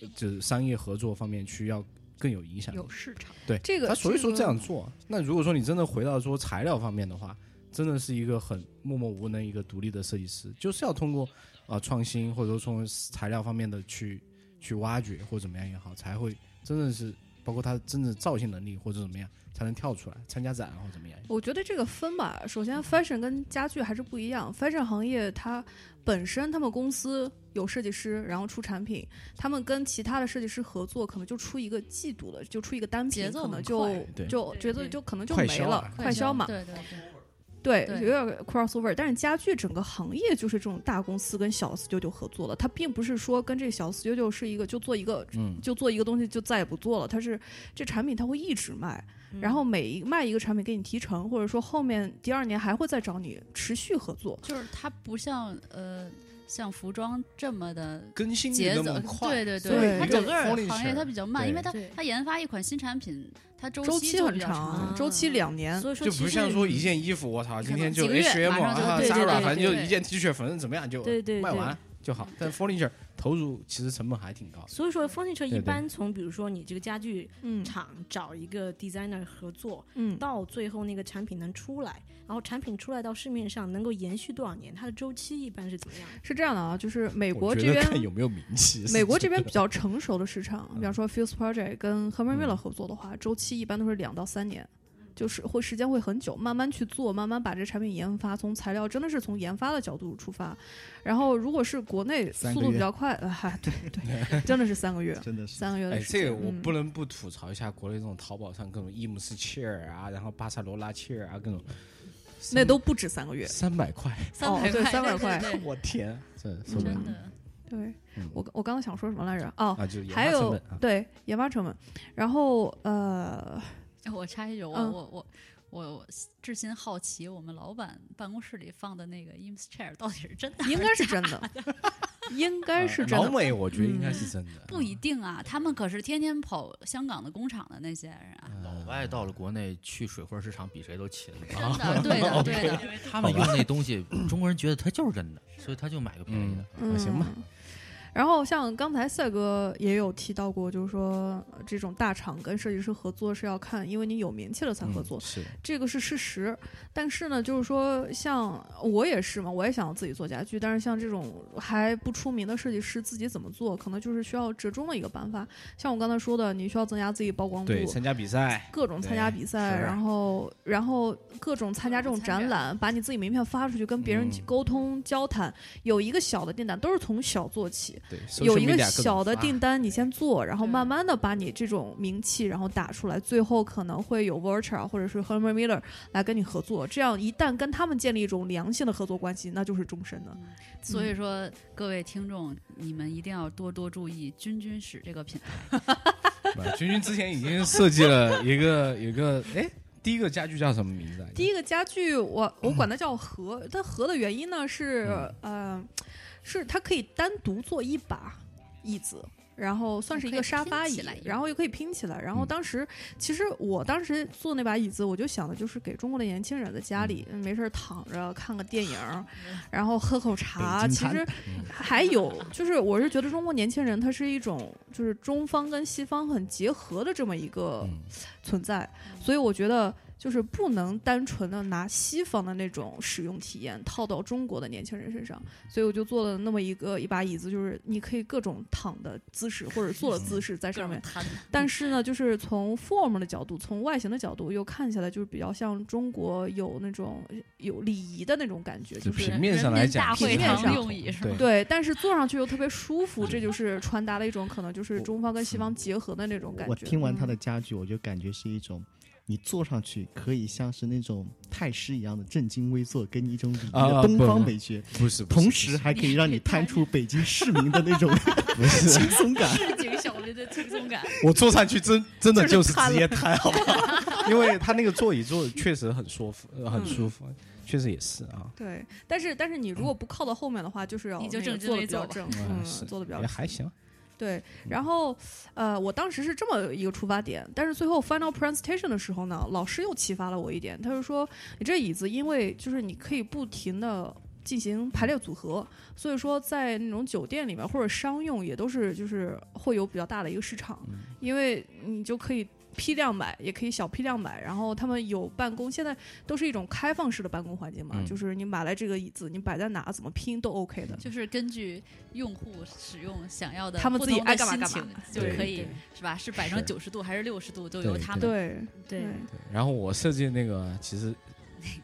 Speaker 1: 呃就是商业合作方面去要更有影响力。
Speaker 6: 有市场。
Speaker 3: 这个
Speaker 1: 他所以说
Speaker 3: 个
Speaker 1: 这样做。啊那如果说你真的回到说材料方面的话，真的是一个很默默无闻的一个独立的设计师，就是要通过啊、呃创新或者说从材料方面的去去挖掘或者怎么样也好，才会真的是包括他真的造型能力或者怎么样才能跳出来参加展或者怎么样。
Speaker 3: 我觉得这个分吧，首先 fashion 跟家具还是不一样。fashion 行业它本身他们公司有设计师，然后出产品，他们跟其他的设计师合作，可能就出一个季度了，就出一个单品，
Speaker 6: 节奏
Speaker 3: 可能
Speaker 6: 很
Speaker 3: 就
Speaker 6: 快
Speaker 5: 对
Speaker 3: 就
Speaker 6: 对
Speaker 3: 节奏
Speaker 6: 对
Speaker 3: 就可能就
Speaker 1: 快
Speaker 3: 没
Speaker 1: 销
Speaker 3: 了
Speaker 1: 啊，
Speaker 3: 快销嘛，
Speaker 6: 对对对，
Speaker 3: 对，
Speaker 6: 对
Speaker 3: 有点儿 crossover，但是家具整个行业就是这种大公司跟小 studio 合作了，它并不是说跟这个小 studio 是一个就做一个
Speaker 1: 嗯，
Speaker 3: 就做一个东西就再也不做了，它是这产品它会一直卖，
Speaker 6: 嗯
Speaker 2: 嗯
Speaker 3: 然后每一卖一个产品给你提成，或者说后面第二年还会再找你持续合作。
Speaker 6: 就是它不像呃像服装这么的
Speaker 1: 更新
Speaker 6: 节
Speaker 1: 得那
Speaker 6: 奏
Speaker 1: 么，快，
Speaker 6: 对对
Speaker 3: 所以
Speaker 6: 它
Speaker 3: 一
Speaker 6: 整
Speaker 1: 个
Speaker 6: 个儿
Speaker 1: furniture，
Speaker 6: 行业它比较慢，
Speaker 1: 对
Speaker 6: 因为它
Speaker 2: 对
Speaker 6: 它研发一款新产品，它周
Speaker 3: 周
Speaker 6: 期
Speaker 3: 期
Speaker 6: 就
Speaker 3: 很
Speaker 6: 比较嗯
Speaker 3: 长，
Speaker 2: 啊
Speaker 3: 周期两年。
Speaker 2: 所以说
Speaker 1: 就
Speaker 2: 其
Speaker 1: 不
Speaker 2: 实
Speaker 1: 像说一件衣服，我操，
Speaker 6: 可
Speaker 1: 今
Speaker 6: 能
Speaker 1: 天
Speaker 6: 几
Speaker 1: 就
Speaker 6: 个月
Speaker 1: H&M
Speaker 6: 马上就
Speaker 1: 啊
Speaker 2: 对对对
Speaker 1: ，Zara，
Speaker 2: 对
Speaker 1: 反正就
Speaker 6: 对
Speaker 1: 一件 T 恤，反正怎么样就
Speaker 2: 对对
Speaker 1: 卖
Speaker 2: 对
Speaker 1: 完就好。但 furniture 投入其实成本还挺高，
Speaker 2: 所以说 furniture
Speaker 1: 对
Speaker 2: 一般从比如说你这个家具
Speaker 3: 嗯
Speaker 2: 厂找一个 designer 合作，
Speaker 3: 嗯，
Speaker 2: 到最后那个产品能出来，然后产品出来到市面上能够延续多少年，它的周期一般是怎么样的？
Speaker 3: 是这样的啊，就是美
Speaker 1: 美
Speaker 3: 国这边
Speaker 1: 看有没有名气。
Speaker 3: 美国这边
Speaker 1: 是
Speaker 3: 比较成熟的市场，比方说 Fuse Project 跟 Herman
Speaker 1: 嗯
Speaker 3: Miller 合作的话，周期一般都是两到三年，就是会时间会很久，慢慢去做，慢慢把这产品研发，从材料真的是从研发的角度出发。然后如果是国内
Speaker 4: 三
Speaker 3: 速
Speaker 4: 个
Speaker 3: 度
Speaker 4: 月
Speaker 3: 比较快，啊，嗨对 对，真的是三个月，
Speaker 4: 真的 是
Speaker 3: 三个月
Speaker 1: 哎，
Speaker 3: 的时
Speaker 1: 这
Speaker 3: 间。
Speaker 1: 个我
Speaker 3: 嗯
Speaker 1: 不能不吐槽一下国内这种淘宝上各种伊姆斯切尔啊，然后巴塞罗那切尔啊，各种
Speaker 3: 那都不止三个月。
Speaker 1: 三百块，
Speaker 6: 三
Speaker 3: 哦
Speaker 6: 百
Speaker 3: 对
Speaker 6: 块，
Speaker 3: 300块
Speaker 6: 对对
Speaker 1: 我天，这受
Speaker 6: 对
Speaker 1: 不了
Speaker 6: 真的。
Speaker 3: 对
Speaker 1: 嗯
Speaker 3: 我我刚刚想说什么来着？哦，
Speaker 1: 啊！就研
Speaker 3: 还
Speaker 1: 发成
Speaker 3: 有
Speaker 1: 本啊，
Speaker 3: 对研发成本，然后呃，
Speaker 6: 我插一句，我
Speaker 3: 嗯
Speaker 6: 我我我至今好奇，我们老板办公室里放的那个 i m s chair 到底是真的？
Speaker 3: 应该是真的， 应该是真
Speaker 1: 啊老
Speaker 3: 的。嗯
Speaker 1: 美，我觉得应该是真的，
Speaker 6: 不一定啊，他们可是天天跑香港的工厂的那些人啊，
Speaker 5: 老外到了国内去水货市场比谁都勤，
Speaker 6: 真
Speaker 1: 啊
Speaker 6: 的，对的，对的。
Speaker 5: 哎他们用那东西，中国人觉得它就是真的，所以他就买个便宜的。
Speaker 3: 嗯，
Speaker 1: 行吧。
Speaker 3: 然后像刚才赛哥也有提到过，就是说呃这种大厂跟设计师合作是要看，因为你有名气了才合作，
Speaker 1: 嗯是
Speaker 3: 这个是事实。但是呢，就是说像我也是嘛，我也想自己做家具，但是像这种还不出名的设计师自己怎么做，可能就是需要折中的一个办法。像我刚才说的，你需要增加自己曝光度，
Speaker 1: 对参加比赛，
Speaker 3: 各种参加
Speaker 1: 对
Speaker 3: 比赛，
Speaker 1: 是啊
Speaker 3: 然后然后各种参加这种展览，把你自己名片发出去，跟别人
Speaker 1: 嗯
Speaker 3: 沟通、交谈。有一个小的订单，都是从小做起，
Speaker 1: 对
Speaker 3: 有
Speaker 1: social
Speaker 3: 一个
Speaker 1: media 各种
Speaker 3: 小的
Speaker 1: 发
Speaker 3: 订单你先做，然后
Speaker 6: 对
Speaker 3: 慢慢的把你这种名气然后打出来，最后可能会有 Virtual 或者是 Herman Miller 来跟你合作。这样一旦跟他们建立一种良性的合作关系，那就是终身的。
Speaker 6: 所以说，各位听众，你们一定要多多注意“君君使”这个品牌。
Speaker 1: 不是君君之前已经设计了一个一个，哎，第一个家具叫什么名字啊？
Speaker 3: 第一个家具我， 我管它叫盒，它盒的原因呢是，
Speaker 1: 嗯
Speaker 3: 呃，是它可以单独做一把椅子。然后算是一个沙发
Speaker 6: 哦可以
Speaker 3: 椅
Speaker 6: 拼起来，
Speaker 3: 然后又可以拼起来。然后
Speaker 1: 嗯
Speaker 3: 当时，其实我当时做那把椅子，我就想的就是给中国的年轻人在家
Speaker 1: 嗯
Speaker 3: 里没事儿躺着看个电影儿，然后喝口茶。
Speaker 1: 北
Speaker 3: 其
Speaker 1: 京
Speaker 3: 实还有就是，我是觉得中国年轻人他是一种就是中方跟西方很结合的这么一个
Speaker 1: 嗯
Speaker 3: 存在，所以我觉得就是不能单纯的拿西方的那种使用体验套到中国的年轻人身上，所以我就做了那么一个一把椅子，就是你可以各种躺的姿势或者坐的姿势在上
Speaker 4: 嗯
Speaker 3: 面，
Speaker 6: 摊
Speaker 3: 但是呢，就是从 form 的角度，从外形的角度又看起来就是比较像中国有那种有礼仪的那种感觉，
Speaker 1: 就
Speaker 3: 就是
Speaker 1: 平
Speaker 3: 是。
Speaker 1: 面上来讲，
Speaker 6: 人民
Speaker 3: 大会堂
Speaker 6: 用椅是吧
Speaker 1: 对，
Speaker 3: 对，但是坐上去又特别舒服，这就是传达了一种可能就是中方跟西方结合的那种感
Speaker 4: 我
Speaker 3: 觉。
Speaker 4: 听完他
Speaker 3: 嗯
Speaker 4: 的家具，我就感觉是一种，你坐上去可以像是那种太师一样的正襟危坐，给你一种礼仪
Speaker 1: 啊
Speaker 4: 的东
Speaker 1: 不
Speaker 4: 方
Speaker 1: 不
Speaker 4: 美学，
Speaker 1: 不是，不是
Speaker 4: 同时还可以让你探出北京市民的那 种
Speaker 1: 不是，
Speaker 4: 轻松感。
Speaker 6: 市井小民的轻松感，
Speaker 1: 我坐上去真真的就
Speaker 3: 就
Speaker 1: 是是
Speaker 3: 瘫
Speaker 1: 直接瘫，好不好？ 因为他那个座椅坐得确实很舒服，呃很
Speaker 3: 嗯
Speaker 1: 舒服，确实也是啊，
Speaker 3: 对，但是但是你如果不靠到后面的话，就是要
Speaker 6: 你就
Speaker 3: 那个
Speaker 6: 正襟
Speaker 3: 坐的
Speaker 6: 危
Speaker 3: 比较
Speaker 6: 坐吧
Speaker 3: 正，
Speaker 1: 嗯
Speaker 3: 嗯，
Speaker 1: 是
Speaker 3: 坐的比较
Speaker 1: 也
Speaker 3: 正
Speaker 1: 还行。
Speaker 3: 对，然后，呃，我当时是这么一个出发点，但是最后 final presentation 的时候呢，老师又启发了我一点，他就说，你这椅子因为就是你可以不停的进行排列组合，所以说在那种酒店里面或者商用也都是就是会有比较大的一个市场，因为你就可以。批量买也可以小批量买，然后他们有办公，现在都是一种开放式的办公环境嘛，
Speaker 1: 嗯
Speaker 3: 就是你买来这个椅子，你摆在哪怎么拼都 OK 的。
Speaker 6: 就是根据用户使用想要的
Speaker 3: 他们
Speaker 6: 不
Speaker 3: 自己
Speaker 6: 同的
Speaker 3: 爱干嘛
Speaker 6: 心
Speaker 3: 干嘛
Speaker 6: 情就
Speaker 1: 对
Speaker 6: 可以
Speaker 1: 对
Speaker 6: 是吧？是摆成
Speaker 1: 是
Speaker 6: 九十度还是六十度，就由
Speaker 1: 对
Speaker 6: 他
Speaker 1: 对
Speaker 6: 们
Speaker 3: 对
Speaker 2: 对，
Speaker 1: 对然后我设计的那个其 实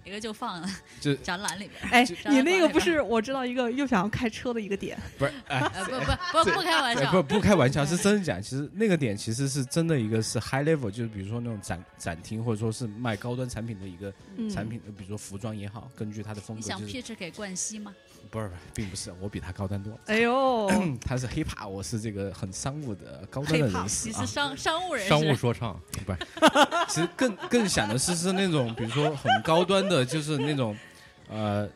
Speaker 6: 哪个就放
Speaker 1: 就
Speaker 6: 展 览里边儿。
Speaker 3: 哎
Speaker 6: 就，
Speaker 3: 你那个不是我知道一个又想要开车的一个点，
Speaker 1: 不是，哎，
Speaker 6: 呃，不不不不开玩
Speaker 1: 哎
Speaker 6: 笑，
Speaker 1: 不不开玩笑，是真的讲。其实那个点其实是真的一个是 high level，就是比如说那种展展厅或者说是卖高端产品的一个
Speaker 3: 嗯，
Speaker 1: 产品，呃比如说服装也好，根据它的风
Speaker 6: 你
Speaker 1: 格
Speaker 6: 想
Speaker 1: 就是
Speaker 6: pitch 给冠希吗？
Speaker 1: 不是不是，并不是，我比它高端多了。
Speaker 3: 哎呦，
Speaker 1: 嗯，他是 hiphop，我是这个很商务的高端的
Speaker 3: Hip-hop，
Speaker 1: 人士
Speaker 6: 你
Speaker 1: 啊
Speaker 6: 是。商商务人
Speaker 5: 商务
Speaker 6: 士，
Speaker 5: 说唱，
Speaker 1: 不是，其实更更想的是是那种，比如说很高端的，就是那种呃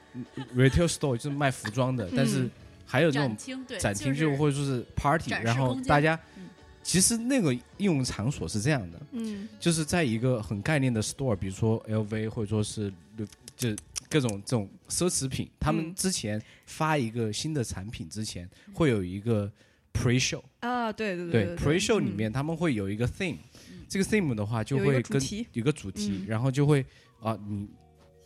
Speaker 1: retail store，就是卖服装的，但是
Speaker 3: 嗯
Speaker 1: 还有那
Speaker 6: 展
Speaker 1: 种
Speaker 6: 厅对，
Speaker 1: 展厅，
Speaker 6: 就
Speaker 1: 就是或者说是 party，
Speaker 6: 展示
Speaker 1: 然后
Speaker 6: 空间
Speaker 1: 大家
Speaker 6: 嗯
Speaker 1: 其实那个应用场所是这样的，
Speaker 3: 嗯，
Speaker 1: 就是在一个很概念的 store，比如说 LV 或者说是就各种这种奢侈品，他们
Speaker 3: 嗯
Speaker 1: 之前发一个新的产品之前，会有一个 pre show。
Speaker 3: 啊，对对
Speaker 1: 对
Speaker 3: 对
Speaker 1: pre show 里
Speaker 3: 嗯
Speaker 1: 面他们会有一个 theme，、
Speaker 6: 嗯
Speaker 1: 这个 theme 的话就
Speaker 3: 有一
Speaker 1: 会
Speaker 3: 个主
Speaker 1: 跟
Speaker 3: 题
Speaker 1: 有一个主题，
Speaker 3: 嗯
Speaker 1: 然后就会啊，你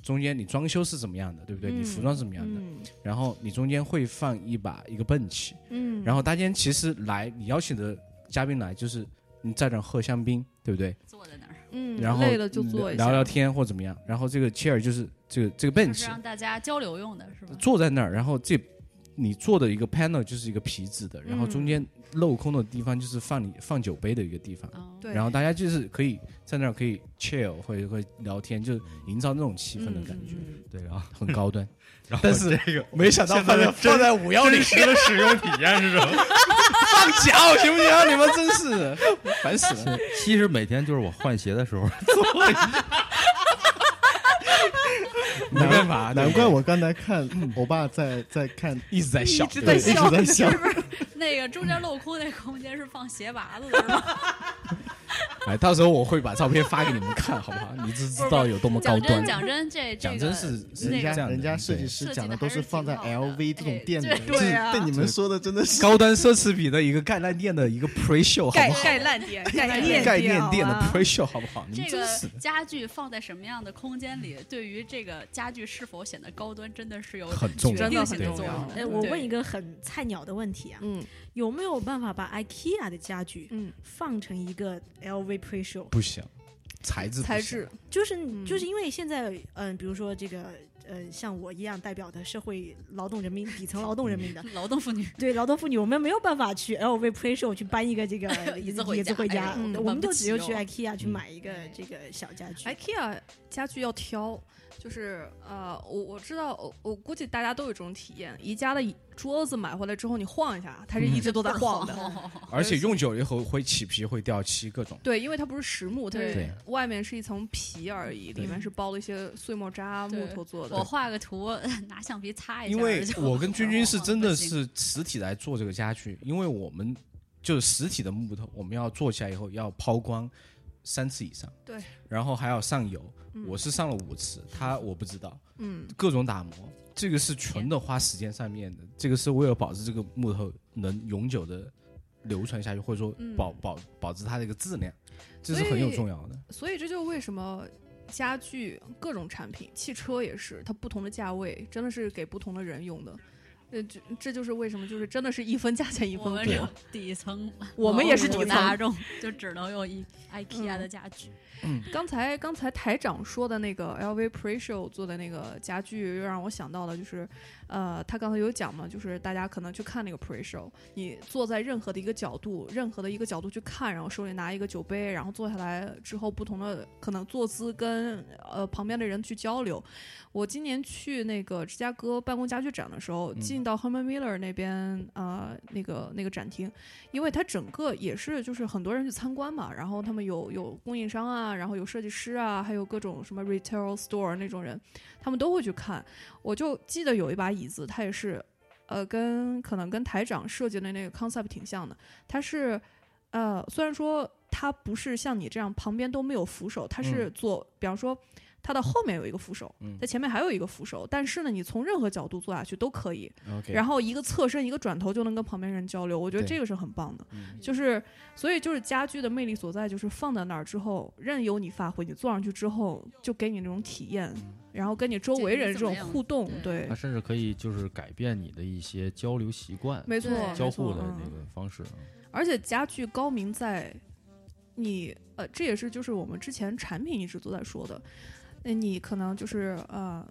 Speaker 1: 中间你装修是怎么样的，对不对？你服
Speaker 3: 嗯
Speaker 1: 装是怎么样的？
Speaker 3: 嗯
Speaker 1: 然后你中间会放一把一个泵器，
Speaker 3: 嗯，
Speaker 1: 然
Speaker 3: 后
Speaker 1: 后大家其实来你邀请的嘉宾来就是你在那儿喝香槟，对不对？
Speaker 6: 坐在那儿，
Speaker 3: 嗯，
Speaker 1: 然后嗯
Speaker 3: 累了就坐一下，
Speaker 1: 聊聊天或怎么样，然后这个 chair 就是这个这个
Speaker 6: 就
Speaker 1: bench
Speaker 6: 是让大家交流用的是吧？
Speaker 1: 坐在那儿，然后这你做的一个 panel 就是一个皮质的，然后中
Speaker 3: 嗯
Speaker 1: 间镂空的地方就是放你放酒杯的一个地方。
Speaker 6: 哦
Speaker 3: 对
Speaker 1: 然后大家就是可以在那儿可以 chill，或者会聊天，就是营造那种气氛的感觉，
Speaker 3: 嗯
Speaker 5: 对，然后
Speaker 1: 很高端。
Speaker 5: 然后
Speaker 1: 但是
Speaker 5: 这个
Speaker 1: 没想到
Speaker 5: 现在
Speaker 1: 放在
Speaker 5: 的真
Speaker 1: 放在五幺零
Speaker 5: 真实的使用体验是什么？
Speaker 1: 放脚行不行？你们真是烦死 了！
Speaker 5: 其实每天就是我换鞋的时候，
Speaker 1: 没办法，
Speaker 4: 难怪我刚才看欧巴在在看，
Speaker 1: 一直在笑，
Speaker 3: 一直
Speaker 4: 对，
Speaker 3: 在
Speaker 4: 一直
Speaker 3: 笑
Speaker 4: 在笑。
Speaker 6: 那个中间镂空那空间是放鞋拔子的 是吧？
Speaker 1: 哎，到时候我会把照片发给你们看，好不好？你就知道有多么高
Speaker 6: 讲真
Speaker 1: 端。
Speaker 6: 讲真，这这
Speaker 1: 讲
Speaker 6: 个
Speaker 1: 真是是
Speaker 6: 那
Speaker 1: 这
Speaker 4: 人
Speaker 6: 个嗯
Speaker 1: 样
Speaker 4: 家
Speaker 1: 的，
Speaker 4: 人家设计
Speaker 1: 对
Speaker 4: 师
Speaker 6: 设计
Speaker 4: 讲
Speaker 6: 的
Speaker 4: 都是
Speaker 6: 还是
Speaker 4: 放在
Speaker 6: 挺好的
Speaker 4: LV 这种
Speaker 6: 哎
Speaker 4: 店里
Speaker 6: 对
Speaker 4: 的，
Speaker 3: 对啊
Speaker 4: 被你们说的真的是
Speaker 1: 高端奢侈品的一个概念店的一个 pre show，好
Speaker 3: 概
Speaker 1: 不好？
Speaker 3: 概烂点， 概念啊
Speaker 1: 概念店的
Speaker 3: 好吧
Speaker 1: pre show，好不好？你
Speaker 6: 这
Speaker 1: 们真
Speaker 6: 个
Speaker 1: 是
Speaker 6: 家具放在什么样的空间里，对于这个家具是否显得高端，真的是有
Speaker 1: 很重要
Speaker 6: 决定性
Speaker 1: 真的
Speaker 6: 的
Speaker 1: 很重
Speaker 6: 作用
Speaker 1: 要。
Speaker 3: 呃
Speaker 2: 哎，我
Speaker 6: 对
Speaker 2: 问一，个很菜鸟的问题啊，
Speaker 3: 嗯
Speaker 2: 有没有办法把 IKEA 的家具
Speaker 3: 嗯，
Speaker 2: 放成一个 LV pre-show？
Speaker 1: 不行，材质不
Speaker 3: 材
Speaker 1: 行
Speaker 3: 质，
Speaker 2: 就是、
Speaker 3: 嗯
Speaker 2: 就是因为现在，嗯、比如说这个，呃，像我一样代表的社会劳动人民、底层劳动人民的，
Speaker 6: 劳动妇女
Speaker 2: 对劳动妇女，我们没有办法去 LV pre-show 去搬一个这个
Speaker 6: 椅子回
Speaker 2: 椅
Speaker 6: 家
Speaker 2: 子回家，
Speaker 6: 哎
Speaker 3: 呦
Speaker 2: 我
Speaker 6: 我
Speaker 2: 们
Speaker 6: 们不
Speaker 2: 就
Speaker 6: 起
Speaker 2: 只有去
Speaker 6: 哦哎
Speaker 2: IKEA 啊去
Speaker 1: 嗯
Speaker 2: 买一个
Speaker 6: 对
Speaker 2: 这个小家具。
Speaker 3: IKEA 哎家具要挑，就是呃，我我知道，我我估计大家都有这种体验，宜家的椅桌子买回来之后，你晃一下，它是一直都在嗯 晃的。
Speaker 1: 而且用久了以后会起皮、会掉漆，各种。
Speaker 3: 对，因为它不是实木，它是
Speaker 1: 对
Speaker 3: 外面是一层皮而已，里面是包了一些碎末渣、
Speaker 6: 对
Speaker 3: 木头做
Speaker 6: 我
Speaker 3: 的。
Speaker 6: 画个图，拿橡皮擦一下。
Speaker 1: 因为
Speaker 6: 就
Speaker 1: 我跟君君是真 的，
Speaker 6: 不行
Speaker 1: 是实体来做这个家具，因为我们就是实体的木头，我们要做起来以后要抛光三次以上，
Speaker 3: 对，
Speaker 1: 然后还要上油。
Speaker 3: 嗯
Speaker 1: 我是上了五次，他我不知道，
Speaker 3: 嗯，
Speaker 1: 各种打磨，这个是纯的花时间上面的，这个是为了保持这个木头能永久的流传下去，或者说
Speaker 3: 嗯
Speaker 1: 保保保持它的一个质量，这是
Speaker 3: 所以
Speaker 1: 很有重要的。
Speaker 3: 所以这就是为什么家具、各种产品，汽车也是，它不同的价位真的是给不同的人用的。呃，这这就是为什么，就是真的是一分价钱一分
Speaker 6: 我们
Speaker 3: 货
Speaker 6: 是。底层，
Speaker 3: 我们也是底
Speaker 6: 普
Speaker 3: 层
Speaker 6: 通大众，就只能用一 IKEA
Speaker 3: 嗯
Speaker 6: 的家具。
Speaker 3: 刚才刚才台长说的那个 LV Pre-Show 做的那个家具，又让我想到了，就是，呃，他刚才有讲嘛，就是大家可能去看那个 Pre-Show，你坐在任何的一个角度，任何的一个角度去看，然后手里拿一个酒杯，然后坐下来之后，不同的可能坐姿跟呃旁边的人去交流。我今年去那个芝加哥办公家具展的时候，
Speaker 1: 嗯
Speaker 3: 进到 Herman Miller 那边呃那个那个展厅，因为它整个也是就是很多人去参观嘛，然后他们有有供应商啊，然后有设计师啊，还有各种什么 retail store 那种人，他们都会去看。我就记得有一把椅子，它也是，呃，跟可能跟台长设计的那个 concept 挺像的，它是，呃，虽然说它不是像你这样旁边都没有扶手，它是做，比方说。它的后面有一个扶手
Speaker 1: 嗯，
Speaker 3: 它前面还有一个扶手，但是呢，你从任何角度坐下去都可以，
Speaker 1: OK，
Speaker 3: 然后一个侧身，一个转头就能跟旁边人交流，我觉得
Speaker 4: 对
Speaker 3: 这个是很棒的。
Speaker 1: 嗯
Speaker 3: 就是，所以就是家居的魅力所在，就是放在那儿之后，任由你发挥，你坐上去之后，就给你那种体验，
Speaker 5: 嗯
Speaker 3: 然后跟你周围人这种互动，对
Speaker 5: 它，甚至可以就是改变你的一些交流习惯、
Speaker 3: 没错，
Speaker 6: 对
Speaker 3: 没
Speaker 5: 交
Speaker 3: 错
Speaker 5: 互的
Speaker 3: 嗯
Speaker 5: 那个方式啊。
Speaker 3: 而且家具高明在你呃，这也是就是我们之前产品一直都在说的，那你可能就是呃。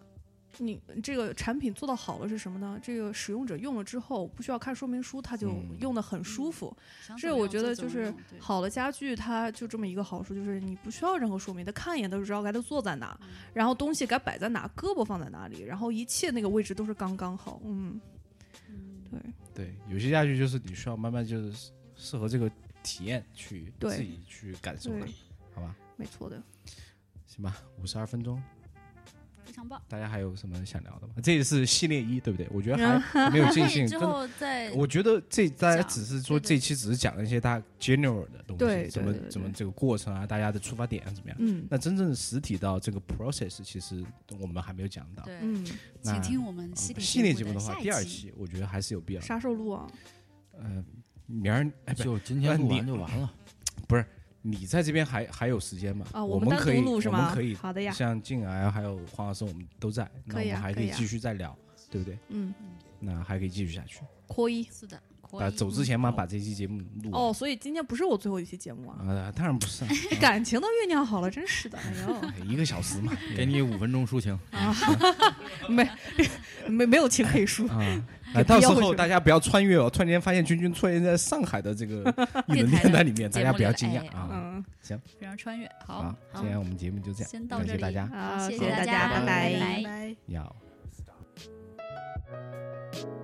Speaker 3: 你这个产品做到好了是什么呢？这个使用者用了之后，不需要看说明书，他就
Speaker 1: 嗯
Speaker 3: 用的很舒服。
Speaker 6: 想怎
Speaker 3: 这
Speaker 6: 么
Speaker 3: 我
Speaker 6: 用
Speaker 3: 觉得
Speaker 6: 怎
Speaker 3: 就
Speaker 6: 么
Speaker 3: 是
Speaker 6: 用对
Speaker 3: 好的家具，它就这么一个好处，就是你不需要任何说明，它看一眼都知道该它坐在哪，然后东西该摆在哪，胳膊放在哪里，然后一切那个位置都是刚刚好。嗯，对，
Speaker 1: 对，有些家具就是你需要慢慢就是适合这个体验去
Speaker 3: 对
Speaker 1: 自己去感受的
Speaker 3: 对，
Speaker 1: 好吧？
Speaker 3: 没错的。
Speaker 1: 行吧，五十二分钟，
Speaker 6: 非常棒。
Speaker 1: 大家还有什么想聊的吗？这也是系列一，对不对？我觉得还
Speaker 3: 嗯
Speaker 1: 还没有尽兴，
Speaker 6: 之
Speaker 1: 真的。
Speaker 6: 后再
Speaker 1: 我觉得这大家
Speaker 6: 讲
Speaker 1: 只是说
Speaker 6: 对对
Speaker 1: 这期只是讲了一些大家 general 的东
Speaker 3: 对
Speaker 1: 西，怎么
Speaker 3: 对对对
Speaker 1: 怎么这个过程啊，大家的出发点啊怎么样。
Speaker 3: 嗯
Speaker 1: 那真正实体到这个 process，其实我们还没有讲到。
Speaker 6: 对，
Speaker 3: 嗯，
Speaker 1: 那
Speaker 6: 请听我们系列
Speaker 1: 系列节
Speaker 6: 目
Speaker 1: 目的话，
Speaker 6: 下一
Speaker 1: 第二期我觉得还是有必要的。
Speaker 3: 啥时候录啊？
Speaker 1: 呃，明儿哎不，
Speaker 5: 就今
Speaker 1: 那
Speaker 5: 天录
Speaker 1: 你
Speaker 5: 完就完了，
Speaker 1: 你在这边还还有时间嘛？
Speaker 3: 啊，
Speaker 1: 我
Speaker 3: 们单独
Speaker 1: 可以
Speaker 3: 录是
Speaker 1: 我
Speaker 3: 吗？
Speaker 1: 们可以
Speaker 3: 好的呀，
Speaker 1: 像静儿啊还有黄老师，我们都在，那
Speaker 3: 可
Speaker 1: 我
Speaker 3: 以啊
Speaker 1: 们还可
Speaker 3: 可
Speaker 1: 以
Speaker 3: 以啊
Speaker 1: 继续再聊，对不对？
Speaker 3: 嗯，
Speaker 1: 那还可以继续下去。
Speaker 3: 扩一。
Speaker 6: 是的，可
Speaker 1: 啊，
Speaker 6: 以
Speaker 1: 走之前嘛，把这期节目录完。
Speaker 3: 哦，所以今天不是我最后一期节目啊，
Speaker 1: 啊，当然不 是啊，
Speaker 3: 感情都酝酿好了，真是的，哎呦。
Speaker 1: 啊一个小时 嘛，
Speaker 5: 给你五分钟抒情。
Speaker 3: 没没没有情可以输。
Speaker 1: 啊。啊，到时候大家不要穿越哦，突然间发现君君出现在上海的这 个艺人电台里面，大家不要惊讶啊。
Speaker 3: 嗯，
Speaker 6: 非常穿越。
Speaker 1: 好
Speaker 6: 好，，
Speaker 1: 今天我们节目就这样，
Speaker 6: 先到
Speaker 1: 感
Speaker 6: 这
Speaker 1: 谢
Speaker 6: 里，
Speaker 1: 大家，
Speaker 3: 好，
Speaker 6: 谢
Speaker 3: 啊谢大
Speaker 6: 大家
Speaker 3: 拜
Speaker 6: 拜
Speaker 2: 拜
Speaker 6: 拜
Speaker 2: 拜。
Speaker 1: 要。
Speaker 6: 拜